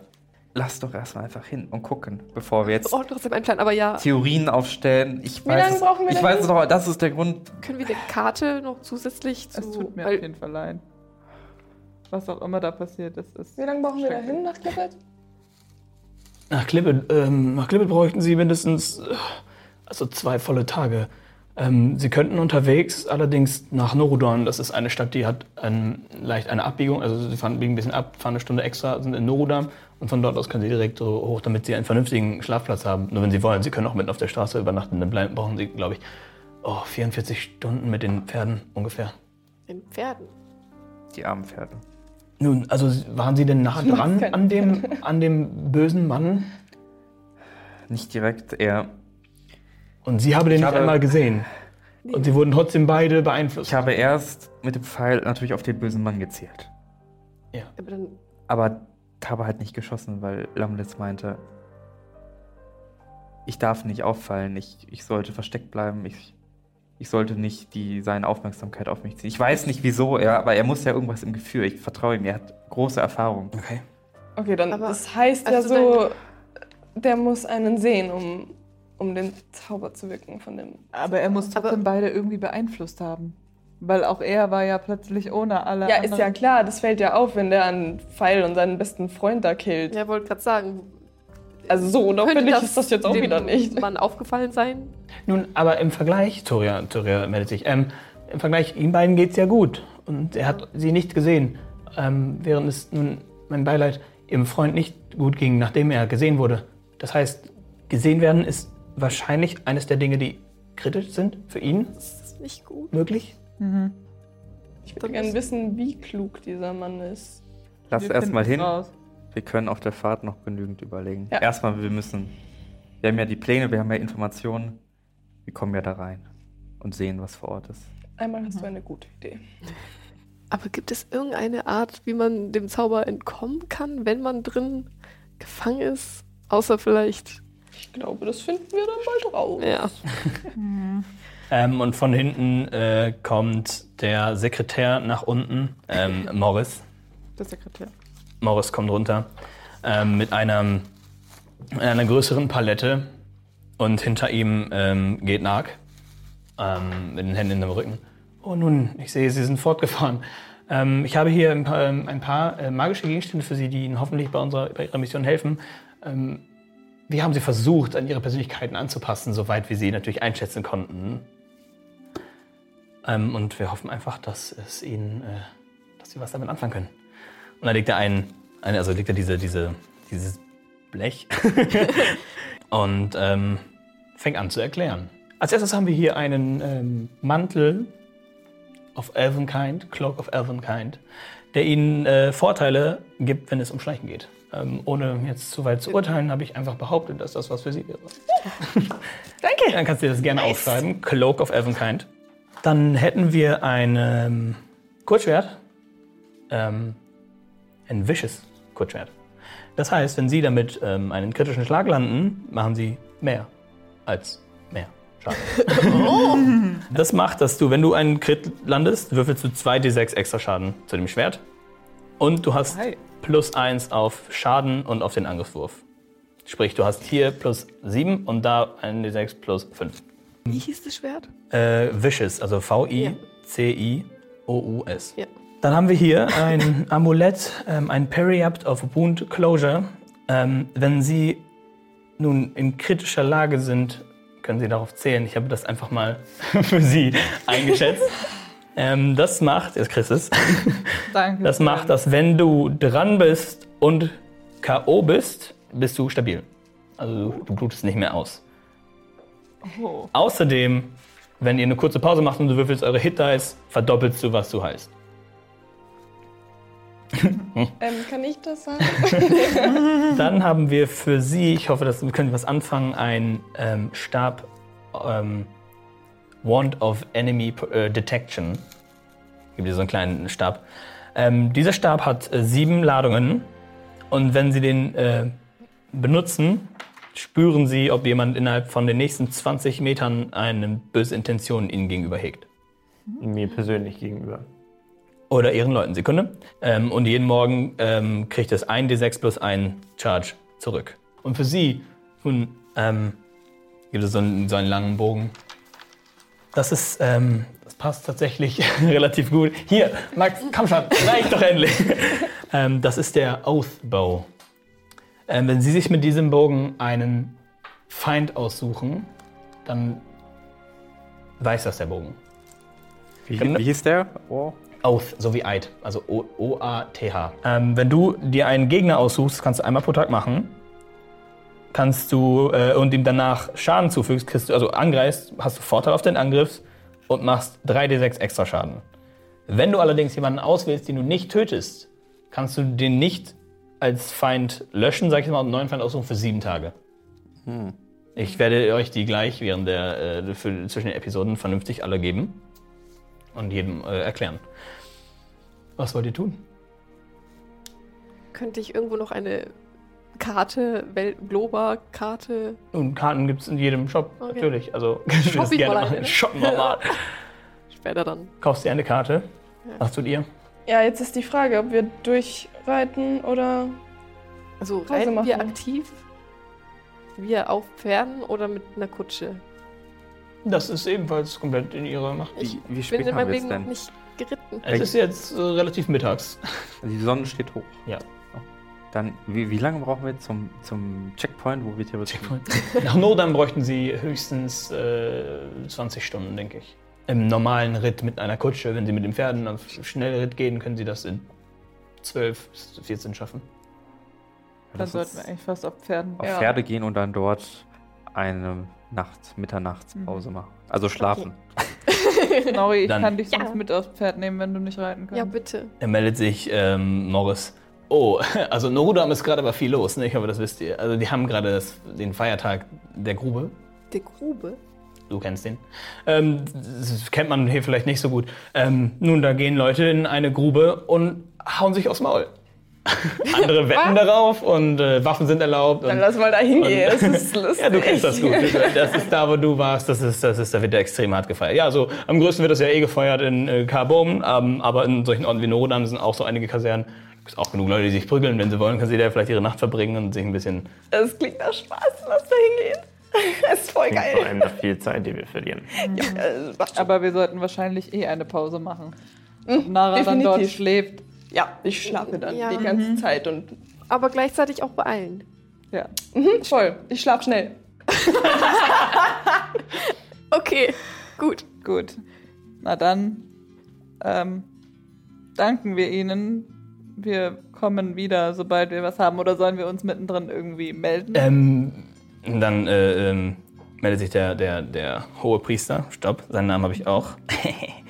D: Lass doch erstmal einfach hin und gucken, bevor wir jetzt
F: Oh, trotzdem ein Plan, aber ja.
D: Theorien aufstellen. Ich
H: Wie
D: weiß
H: lange
D: es,
H: brauchen wir
D: Ich
H: denn
D: weiß es
H: hin?
D: noch, das ist der Grund.
F: Können wir eine Karte noch zusätzlich zu.
G: Es tut mir auf
F: weil,
G: jeden Fall leid. Was auch immer da passiert, das ist.
H: Wie lange brauchen wir da hin nach Clippet?
C: Nach Klippe, ähm, nach Klippe bräuchten Sie mindestens äh, also zwei volle Tage. Ähm, Sie könnten unterwegs allerdings nach Norodon, das ist eine Stadt, die hat ähm, leicht eine Abbiegung, also Sie fahren, biegen ein bisschen ab, fahren eine Stunde extra, sind in Norodam und von dort aus können Sie direkt so hoch, damit Sie einen vernünftigen Schlafplatz haben. Nur wenn Sie wollen, Sie können auch mitten auf der Straße übernachten, dann bleiben, brauchen Sie, glaube ich, oh, 44 Stunden mit den Pferden ungefähr.
F: in Pferden.
D: Die armen Pferde.
C: Nun, also waren Sie denn nah dran
H: keinen
C: an dem, an dem bösen Mann?
D: Nicht direkt, eher.
C: Und Sie haben den
D: Ich
C: nicht
D: habe-
C: einmal gesehen. Und Sie wurden trotzdem beide beeinflusst.
D: Ich habe erst mit dem Pfeil natürlich auf den bösen Mann gezielt.
F: Aber dann
D: Aber habe halt nicht geschossen, weil Lamlitz meinte, ich darf nicht auffallen, ich, ich sollte versteckt bleiben, ich, ich sollte nicht die, seine Aufmerksamkeit auf mich ziehen. Ich weiß nicht wieso, er, aber er muss ja irgendwas im Gefühl. Ich vertraue ihm, er hat große Erfahrung.
C: Okay.
H: Okay, dann.
F: Aber
H: das heißt ja
F: hast du
H: so, der muss einen sehen, um, um den Zauber zu wirken von dem.
G: Aber er muss
F: Aber-
G: trotzdem beide irgendwie beeinflusst haben. Weil auch er war ja plötzlich ohne alle.
H: Ja, ist ja
G: anderen-
H: klar, das fällt ja auf, wenn der einen Pfeil und seinen besten Freund da killt.
F: Ja, wollte gerade sagen.
H: Also so, oder
F: könnte
H: finde ich, ist das jetzt auch
F: dem
H: wieder nicht.
F: Mann aufgefallen sein?
C: Nun, aber im Vergleich, Toria, Toria meldet sich, ähm, im Vergleich, ihnen beiden geht's ja gut. Und er hat sie nicht gesehen. Ähm, während es nun, mein Beileid, ihrem Freund nicht gut ging, nachdem er gesehen wurde. Das heißt, gesehen werden ist wahrscheinlich eines der Dinge, die kritisch sind für ihn
F: Das ist nicht gut.
C: möglich.
G: Mhm.
H: Ich würde gerne wissen, wie klug dieser Mann ist.
D: Lass
G: Wir
D: erstmal
G: finden's
D: hin.
G: raus.
D: Wir können auf der Fahrt noch genügend überlegen.
H: Ja.
D: Erstmal, wir müssen. Wir haben ja die Pläne, wir haben ja Informationen. Wir kommen ja da rein und sehen, was vor Ort ist.
H: Einmal hast du eine gute Idee.
F: Aber gibt es irgendeine Art, wie man dem Zauber entkommen kann, wenn man drin gefangen ist? Außer vielleicht.
H: Ich glaube, das finden wir dann bald raus.
F: Ja.
C: Ähm, und von hinten äh, kommt der Sekretär nach unten,
G: [laughs]
C: ähm, Morris.
G: Der Sekretär.
C: Morris kommt runter ähm, mit einem, einer größeren Palette und hinter ihm ähm, geht Nark ähm, mit den Händen in dem Rücken. Oh nun, ich sehe, Sie sind fortgefahren. Ähm, ich habe hier ein paar, ähm, ein paar äh, magische Gegenstände für Sie, die Ihnen hoffentlich bei, unserer, bei Ihrer Mission helfen. Ähm, wie haben Sie versucht, an Ihre Persönlichkeiten anzupassen, soweit wir Sie natürlich einschätzen konnten? Ähm, und wir hoffen einfach, dass es Ihnen, äh, dass Sie was damit anfangen können. Und dann legt er einen, einen also legt er diese, diese, dieses Blech und ähm, fängt an zu erklären. Als erstes haben wir hier einen ähm, Mantel of Elvenkind, Cloak of Elvenkind, der ihnen äh, Vorteile gibt, wenn es um Schleichen geht. Ähm, ohne jetzt zu weit zu urteilen, habe ich einfach behauptet, dass das was für sie wäre. Danke. Dann kannst du dir das gerne aufschreiben. Cloak of Elvenkind. Dann hätten wir ein ähm, Kurzschwert. Ähm, ein vicious Kurzschwert. Das heißt, wenn Sie damit ähm, einen kritischen Schlag landen, machen Sie mehr als mehr Schaden. Das macht, dass du, wenn du einen Crit landest, würfelst du 2d6 extra Schaden zu dem Schwert. Und du hast plus 1 auf Schaden und auf den Angriffswurf. Sprich, du hast hier plus 7 und da 1d6 plus 5.
F: Wie hieß das Schwert?
C: Äh, Vicious, also V-I-C-I-O-U-S.
F: Ja.
C: Dann haben wir hier ein Amulett, ähm, ein Periapt of Wound Closure. Ähm, wenn Sie nun in kritischer Lage sind, können Sie darauf zählen. Ich habe das einfach mal [laughs] für Sie eingeschätzt. ähm, das macht, jetzt kriegst du es.
G: Danke.
C: Das macht, dass wenn du dran bist und K.O. bist, bist du stabil. Also du, du blutest nicht mehr aus.
G: Oh.
C: Außerdem, wenn ihr eine kurze Pause macht und du würfelst eure Hit-Dice, verdoppelst du, was du heißt.
H: Ähm, kann ich das sagen?
C: Dann haben wir für Sie, ich hoffe, dass wir können was anfangen, ein ähm, Stab ähm, Wand of Enemy äh, Detection. Ich gebe dir so einen kleinen Stab. Ähm, dieser Stab hat äh, sieben Ladungen und wenn Sie den äh, benutzen, spüren sie, ob jemand innerhalb von den nächsten 20 Metern eine böse Intention ihnen gegenüber hegt.
E: Mir persönlich gegenüber.
C: Oder ihren Leuten, Sekunde. Ähm, und jeden Morgen ähm, kriegt es ein D6 plus ein Charge zurück. Und für sie, nun, ähm, gibt es so einen, so einen langen Bogen. Das ist, ähm, das passt tatsächlich [laughs] relativ gut. Hier, Max, komm schon, reicht doch endlich. [laughs] ähm, das ist der Oath Bow. Ähm, wenn sie sich mit diesem Bogen einen Feind aussuchen, dann weiß das der Bogen.
D: Wie,
C: Genau.
D: wie hieß der? Oh.
C: Oath, so wie Eid, also O- O-A-T-H. Ähm, wenn du dir einen Gegner aussuchst, kannst du einmal pro Tag machen. Kannst du äh, und ihm danach Schaden zufügst, kriegst du, also angreifst, hast du Vorteil auf den Angriff und machst 3d6 extra Schaden. Wenn du allerdings jemanden auswählst, den du nicht tötest, kannst du den nicht als Feind löschen, sag ich mal, und einen neuen Feind aussuchen für sieben Tage. Ich werde euch die gleich während der äh, für, zwischen den Episoden vernünftig alle geben und jedem äh, erklären. Was wollt ihr tun?
F: Könnte ich irgendwo noch eine Karte, Wel- Globa-Karte?
C: Nun, Karten gibt es in jedem Shop,
F: Okay.
C: natürlich. Also, [laughs] kannst du
F: Shopp
C: das
F: ich
C: gerne
F: mal
C: machen.
F: eine.
C: Shoppen wir mal.
F: Später dann.
C: Kaufst dir eine Karte. Was tut ihr?
H: Ja, jetzt ist die Frage, ob wir durchreiten oder.
F: Also
H: Pause
F: reiten wir
H: machen.
F: aktiv? Wir auf Pferden oder mit einer Kutsche?
C: Das ist ebenfalls komplett in ihrer Macht.
F: Ich
D: Wie, wie
F: bin
D: spät haben
F: in meinem
D: wir es
F: Leben noch
D: denn?
F: nicht geritten.
C: Es ist jetzt äh, relativ mittags.
D: Die Sonne steht hoch.
C: Ja.
D: Dann, wie, wie lange brauchen wir zum, zum Checkpoint, wo wir theoretisch.
C: [laughs] Nach Nordern bräuchten sie höchstens äh, 20 Stunden, denke ich. Im normalen Ritt mit einer Kutsche, wenn sie mit den Pferden auf Schnellritt gehen, können sie das in 12 bis 14 schaffen.
G: Dann
D: Das
G: sollten
D: ist-
G: wir eigentlich fast auf Pferden.
D: auf
G: Ja.
D: Pferde gehen und dann dort eine Nacht, Mitternachtspause machen. Also schlafen.
G: Nori, ich
C: Dann-
G: kann dich
F: Ja.
G: sonst mit aufs Pferd nehmen, wenn du nicht reiten kannst.
F: Ja, bitte.
C: Er meldet sich ähm, Morris. Oh, [laughs] also in Norudam ist gerade aber viel los, ne? Ich hoffe, das wisst ihr. Also die haben gerade das- den Feiertag der Grube.
F: Der Grube.
C: Du kennst den. Ähm, das kennt man hier vielleicht nicht so gut. Ähm, nun, da gehen Leute in eine Grube und hauen sich aufs Maul. [laughs]
G: [laughs]
C: Andere wetten darauf und äh, Waffen sind erlaubt.
H: Dann
C: Und,
H: lass mal da hingehen, das ist lustig.
C: ja, du kennst das gut. Das ist da, wo du warst. Das ist, das ist, da wird der extrem hart gefeiert. Ja, also am größten wird das ja eh gefeiert in äh, Carbon, ähm, aber in solchen Orten wie Norodam sind auch so einige Kasernen. Es gibt auch genug Leute, die sich prügeln. Wenn sie wollen, können sie da vielleicht ihre Nacht verbringen und sich ein bisschen.
H: Das klingt nach Spaß, lass da hingehen. [laughs] Das ist voll
E: Klingt vor
H: geil.
E: allem nach viel Zeit, die wir verlieren.
H: Äh, macht schon-
G: Aber wir sollten wahrscheinlich eh eine Pause machen. Nara dann
H: Mhm, definitiv.
G: dort schläft.
H: Ja, ich schlafe dann
F: Ja.
H: die
C: Mhm.
H: ganze Zeit und.
F: Aber gleichzeitig auch beeilen.
G: Ja.
H: Mhm, voll, ich schlafe schnell.
F: Okay, gut.
G: Gut. Na dann ähm, danken wir Ihnen. Wir kommen wieder, sobald wir was haben. Oder sollen wir uns mittendrin irgendwie melden?
C: Ähm, dann äh, ähm, meldet sich der, der, der hohe Priester. Stopp, seinen Namen habe ich [laughs] auch.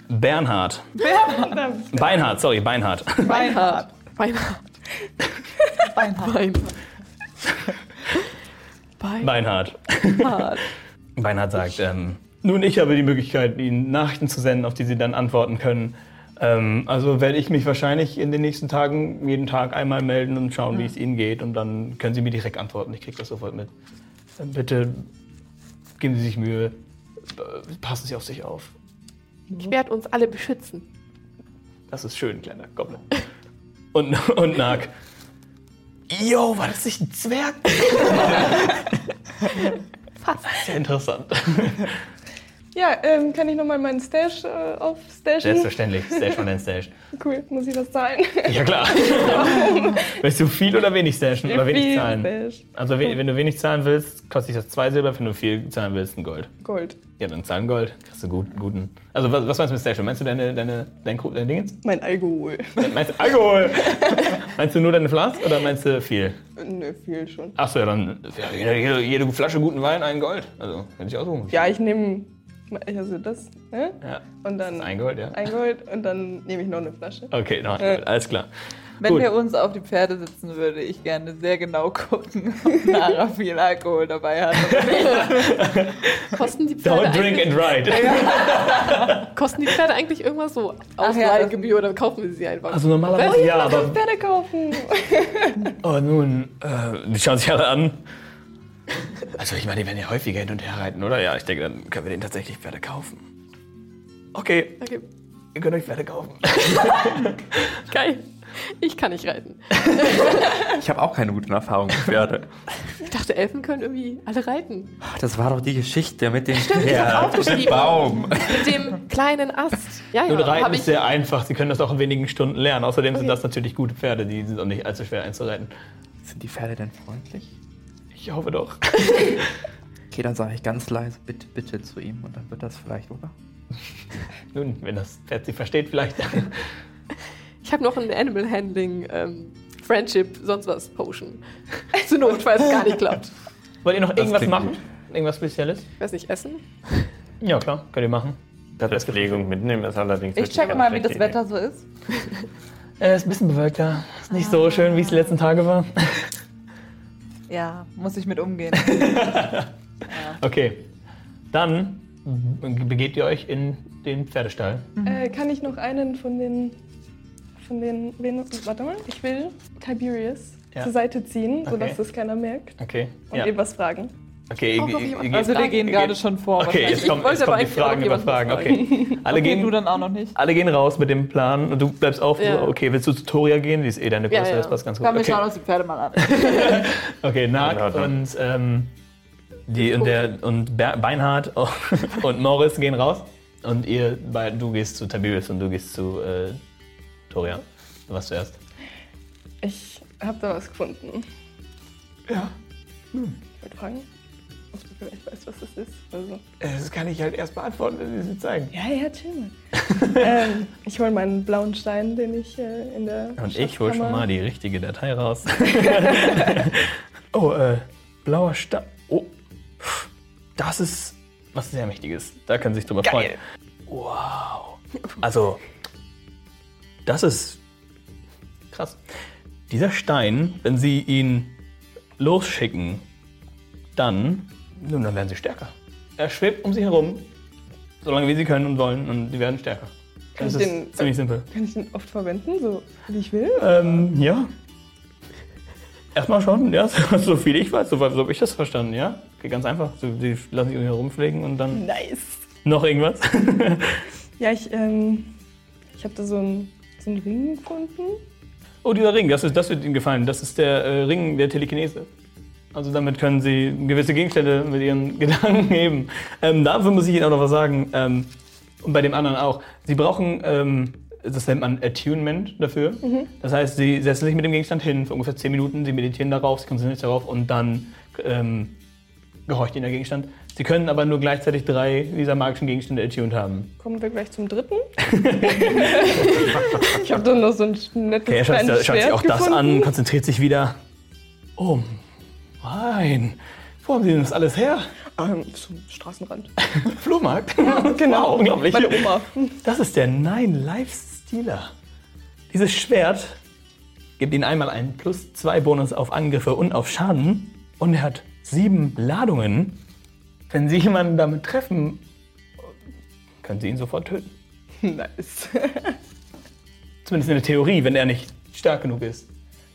C: Bernhard. Bernhard. Beinhard, sorry, [laughs] Beinhard.
G: Beinhard.
F: Weihnacht.
G: Beinhard.
F: Weihnacht.
C: Beinhard. Beinhard sagt, ähm, nun, ich habe die Möglichkeit, Ihnen Nachrichten zu senden, auf die Sie dann antworten können. Ähm, also werde ich mich wahrscheinlich in den nächsten Tagen jeden Tag einmal melden und schauen, wie es Ihnen geht. Und dann können Sie mir direkt antworten. Ich kriege das sofort mit. Ähm, Bitte geben Sie sich Mühe. Äh, Passen Sie auf sich auf.
F: Ich werde uns alle beschützen.
C: Das ist schön, kleiner Goblin. Und, [laughs] und Nag. Yo, war das nicht ein Zwerg? Das ist ja interessant.
H: Ja, ähm, kann ich nochmal meinen Stash äh, aufstashen?
C: Selbstverständlich, Stage von den Stage.
H: Cool, muss ich das
C: [laughs]
H: zahlen?
C: Ja
H: [laughs]
C: klar. willst du viel oder wenig stashen oder wenig
H: Viel
C: zahlen?
H: Stash.
C: Also we wenn du wenig zahlen willst, kostet dich das zwei Silber, wenn du viel zahlen willst, ein Gold.
H: Gold.
C: Ja, dann zahlen Gold, kriegst du gut, guten. Also was, was meinst du mit Station? Meinst du deine, deine, dein, Kru- dein Dingens? Äh,
H: Mein Alkohol. [laughs]
C: Meinst du Alkohol? meinst du nur deine Flasche oder meinst du viel?
H: Nö, viel schon.
C: Achso, ja, dann ja, jede, jede Flasche guten Wein, ein Gold. Also, kann ich aussuchen.
H: Ja, ich nehme. Also das, ne?
C: ja.
H: Und dann
C: Ein Gold, ja.
H: ein Gold und dann nehme ich noch eine Flasche.
C: Okay, noch ein Gold, alles klar.
G: Wenn
C: Gut.
G: wir uns auf die Pferde sitzen, würde ich gerne sehr genau gucken, [laughs] ob Nara viel Alkohol dabei hat.
C: [laughs]
F: Kosten die Pferde,
C: Don't
F: eigentlich,
C: drink and ride.
H: [laughs]
F: kosten die Pferde eigentlich irgendwas so?
G: Ach ja,
F: Ausleihgebühr oder kaufen wir sie einfach?
C: Also normalerweise ja, aber
H: Pferde kaufen!
C: oh, nun, äh, die schauen sich alle an. Also ich meine, die werden ja häufiger hin und her reiten, oder? Ja, ich denke, dann können wir denen tatsächlich Pferde kaufen. Okay,
F: Okay,
C: ihr könnt euch Pferde kaufen.
F: geil. Ich kann nicht reiten.
D: Ich habe auch keine guten Erfahrungen mit [laughs] Pferde.
F: Ich dachte, Elfen können irgendwie alle reiten.
D: Das war doch die Geschichte mit dem
F: hab
D: Pferd.
F: aufgeschrieben.
D: Baum.
F: Mit dem kleinen Ast. Ja,
C: Nun,
F: ja,
C: Reiten
F: habe
C: ist
F: ich.
C: sehr einfach. Sie können das auch in wenigen Stunden lernen. Außerdem sind
F: Okay.
C: das natürlich gute Pferde, die sind auch nicht allzu schwer einzureiten.
D: Sind die Pferde denn freundlich?
C: Ich hoffe doch.
D: Okay, dann sage ich ganz leise bitte, bitte zu ihm und dann wird das vielleicht, oder?
C: Nun, wenn das Pferd sie versteht, vielleicht. [laughs]
F: Ich habe noch ein Animal Handling, ähm, Friendship, sonst was, Potion. Zur Not, falls es gar nicht klappt.
C: Wollt ihr noch irgendwas
D: klingt
C: machen? Irgendwas Spezielles?
F: Ich weiß nicht, Essen?
C: Ja, klar, könnt ihr machen.
E: Das Verpflegung mitnehmen ist allerdings
G: Ich checke mal, wie das Wetter so ist.
C: Äh, ist ein bisschen bewölkter. Ist nicht so schön, wie es die letzten Tage war.
G: Ja, muss ich mit
C: [laughs]
G: umgehen.
C: Okay. Dann begebt ihr euch in den Pferdestall.
H: Äh, kann ich noch einen von den. von den. Wen, warte mal, ich will Tiberius
C: Ja.
H: zur Seite ziehen, sodass
C: Okay.
H: das keiner merkt.
C: Okay.
H: Und ihm was fragen.
C: Okay,
F: Auch noch
C: ihr- ihr-
F: jemand-
C: ihr-
G: Also wir
F: Fragen.
G: gehen gerade schon vor.
C: Okay,
G: wahrscheinlich.
C: jetzt kommen,
F: wollte
C: jetzt kommen
F: aber
C: die
F: eigentlich auch
C: Fragen über
F: jemanden
C: Fragen. Okay. Alle,
G: Okay, du
C: gehen,
G: dann auch noch nicht.
C: alle gehen raus mit dem Plan und du bleibst auf.
F: Ja.
C: Okay, willst du zu Toria gehen? Die ist eh deine
F: Ja,
C: Größe,
F: ja.
C: das passt ganz gut.
G: Komm, wir
C: Okay,
G: schauen uns die Pferde mal an.
C: okay Nag
E: Ja, Genau, dann.
C: und, ähm, die, und, der, und Ber- Beinhard [laughs] und Morris gehen raus. Und ihr, bei- du gehst zu Tiberius und du gehst zu äh, Toria. Was zuerst?
H: Ich habe da was gefunden. Ja.
C: Hm.
H: Ich wollte fragen, ob du vielleicht weißt, was das ist. Also.
C: Das kann ich halt erst beantworten, wenn sie es zeigen.
H: Ja, ja, chill
C: [laughs]
H: mal. ähm, ich hole meinen blauen Stein, den ich äh, in der.
C: Und ich hole schon
H: Schatzkammer-
C: mal die richtige Datei raus. [laughs] oh, äh, blauer Stab. Oh, das ist was sehr Mächtiges. Da können Sie sich drüber freuen. Wow. Also, das ist krass. Dieser Stein, wenn Sie ihn losschicken, dann, nun, dann werden Sie stärker. Er schwebt um Sie herum, solange wie Sie können und wollen, und Sie werden stärker.
H: Kann
C: Das
H: ich den-
C: ist ziemlich simpel.
H: Kann ich den oft verwenden, so wie ich will?
C: Ähm, ja. Erstmal schon, ja, [laughs] so viel ich weiß, so, so habe ich das verstanden, ja. Geht ganz einfach. So, die lassen sich irgendwie herumfliegen und dann
H: Nice.
C: noch irgendwas.
H: Ja, ich, ähm, ich habe da so einen, so einen Ring gefunden.
C: oh, dieser Ring, das, ist, das wird Ihnen gefallen. Das ist der äh, Ring der Telekinese. Also damit können Sie gewisse Gegenstände mit Ihren [laughs] Gedanken heben. Ähm, dafür muss ich Ihnen auch noch was sagen. Ähm, und bei dem anderen auch. Sie brauchen, ähm, das nennt man Attunement dafür. Das heißt, Sie setzen sich mit dem Gegenstand hin für ungefähr 10 Minuten, Sie meditieren darauf, Sie konzentrieren sich darauf und dann ähm, gehorcht Ihnen der Gegenstand. Sie können aber nur gleichzeitig drei dieser magischen Gegenstände attuned haben.
H: Kommen wir gleich
C: [laughs]
H: zum dritten. ich habe dann noch so ein nettes
C: Okay, er schaut,
H: kleines
C: sich- schaut sich
H: Schwert
C: auch das
H: gefunden.
C: an, konzentriert sich wieder. Oh nein, wo haben Sie denn das alles her?
H: Ähm, zum Straßenrand.
C: Flohmarkt?
H: genau.
C: [laughs] Wow, [laughs] unglaublich.
H: Meine Oma.
C: Das ist der Nine Life Stealer. Dieses Schwert gibt Ihnen einmal einen plus zwei Bonus auf Angriffe und auf Schaden und er hat sieben Ladungen. Wenn Sie jemanden damit treffen, können Sie ihn sofort töten.
H: Nice.
C: [laughs] Zumindest in der Theorie, wenn er nicht stark genug ist. [laughs]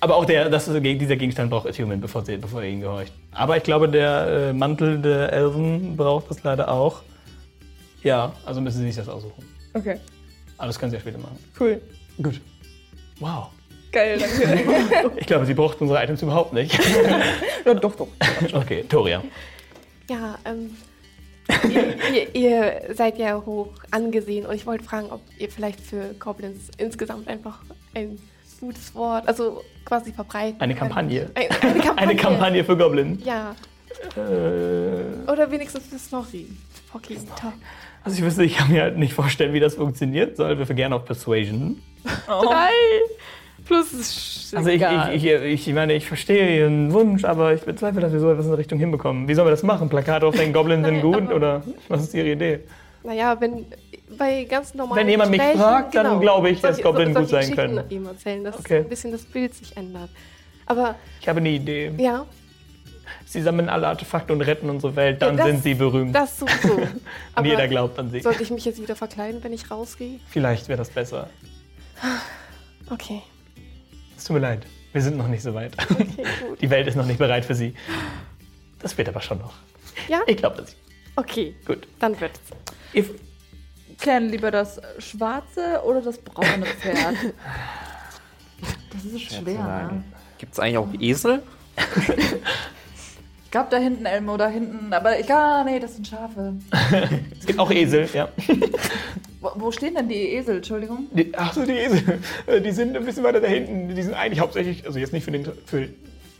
C: Aber auch der, das ist, dieser Gegenstand braucht Attunement, bevor, sie, bevor er ihn gehorcht. Aber ich glaube, der äh, Mantel der Elfen braucht das leider auch. Ja, also müssen sie sich das aussuchen.
H: Okay,
C: Aber das können sie ja später machen.
H: cool.
C: Gut. Wow.
H: Geil, danke.
C: Ich glaube, sie braucht unsere Items überhaupt
F: [laughs]
C: nicht.
H: ja, doch, doch.
C: okay, Toria.
F: Ja, ähm. ihr, ihr, ihr seid ja hoch angesehen und ich wollte fragen, ob ihr vielleicht für Goblins insgesamt einfach ein gutes Wort, also quasi verbreiten.
C: Eine
F: könnt.
C: Kampagne.
F: Ein, eine
C: [laughs]
F: Kampagne.
C: Eine Kampagne für Goblin.
F: Ja,
C: Äh,
F: oder wenigstens für Snorri. Okay, top.
C: also ich wüsste, ich kann mir halt nicht vorstellen, wie das funktioniert. Sollten wir gerne auf Persuasion
F: Drei plus ist
C: Also ich, ich, ich, ich meine, ich verstehe Ihren Wunsch, aber ich bezweifle, dass wir so etwas in der Richtung hinbekommen. Wie sollen wir das machen? Plakate auf den Goblin sind
F: Nein,
C: gut
F: aber-
C: oder was ist Ihre Idee?
F: Naja, wenn bei ganz normalen
C: Wenn jemand mich
F: Gesprächen, genau.
C: fragt, dann glaube ich, dass
F: Solche-
C: Goblin
F: solche
C: gut sein
F: Geschichten
C: können.
F: Ihm erzählen, dass
C: Okay.
F: ein bisschen das Bild sich ändert. Aber
C: Ich habe eine Idee.
F: ja,
C: Sie sammeln alle Artefakte und retten unsere Welt, dann
F: Ja, das-
C: sind Sie berühmt.
F: das sowieso.
C: [laughs] und jeder
F: Aber
C: glaubt an Sie.
F: sollte ich mich jetzt wieder verkleiden, wenn ich rausgehe?
C: Vielleicht wäre das besser.
F: Okay.
C: Es tut mir leid. Wir sind noch nicht so weit.
F: Okay,
C: [laughs]
F: gut.
C: Die Welt ist noch nicht bereit für sie. Das wird aber schon noch.
F: Ja?
C: Ich glaube, das
F: Okay,
C: Gut.
F: dann wird's.
G: Klären lieber das schwarze oder das
C: [laughs]
G: braune Pferd. Das ist schwer. Ne?
D: Gibt es eigentlich auch Esel?
G: Ich glaube, da hinten, Elmo, da hinten. Aber egal, nee, das sind Schafe.
C: Es gibt auch Esel, ja.
G: Wo, wo stehen denn die Esel? Entschuldigung.
C: Die, ach so, die Esel. Äh, Die sind ein bisschen weiter da hinten. Die sind eigentlich hauptsächlich, also jetzt nicht für, den, für,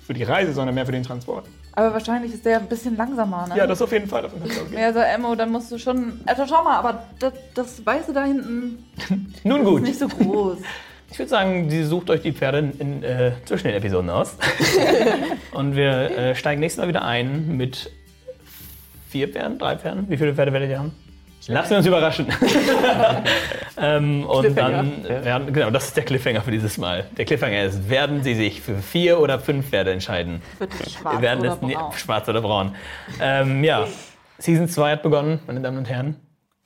C: für die Reise, sondern mehr für den Transport.
G: Aber wahrscheinlich ist der ein bisschen langsamer, ne?
C: Ja, das auf jeden Fall. Davon kannst du ausgehen.
G: Ja, also Elmo, dann musst du schon. Also schau mal, aber das, das Weiße da hinten
C: Nun
G: ist
C: gut.
G: nicht so groß.
C: Ich würde sagen, sie sucht euch die Pferde in, in, äh, zwischen den Episoden aus. Und wir äh, steigen nächstes Mal wieder ein mit vier Pferden, drei Pferden. Wie viele Pferde werdet ihr haben? Lasst uns überraschen. ähm, und dann werden, genau, das ist der Cliffhanger für dieses Mal. Der Cliffhanger ist, werden sie sich für vier oder fünf Pferde entscheiden?
G: Wird das schwarz
C: Wir werden
G: oder
C: das nie-
G: braun?
C: schwarz oder braun. Ähm, ja, Season 2 hat begonnen, meine Damen und Herren.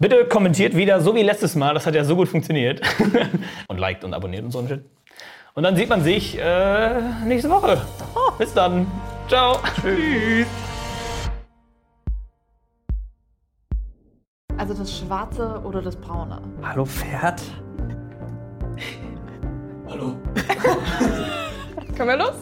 C: Bitte kommentiert wieder, so wie letztes Mal, das hat ja so gut funktioniert. [laughs] und liked und abonniert und so ein Shit. Und dann sieht man sich äh, nächste Woche. bis dann. Ciao. Oh. Tschüss.
G: Also das Schwarze oder das Braune.
D: Hallo Pferd?
H: Können wir los?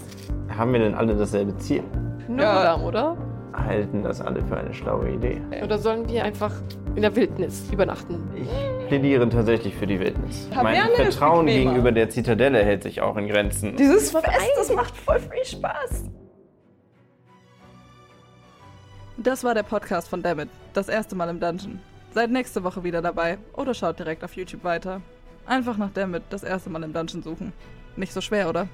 E: Haben wir denn alle dasselbe Ziel?
F: Nur
H: Ja.
F: Madame, oder?
E: Halten das alle für eine schlaue Idee?
F: Oder sollen wir einfach in der Wildnis übernachten?
E: Ich plädiere tatsächlich für die Wildnis.
H: Taverne
E: mein
H: ist
E: Vertrauen
H: bequemer.
E: gegenüber der Zitadelle hält sich auch in Grenzen.
H: Dieses Fest, das macht voll viel Spaß.
B: Das war der Podcast von Dammit, das erste Mal im Dungeon. Seid nächste Woche wieder dabei oder schaut direkt auf YouTube weiter. Einfach nach Dammit, das erste Mal im Dungeon suchen. Nicht so schwer, oder?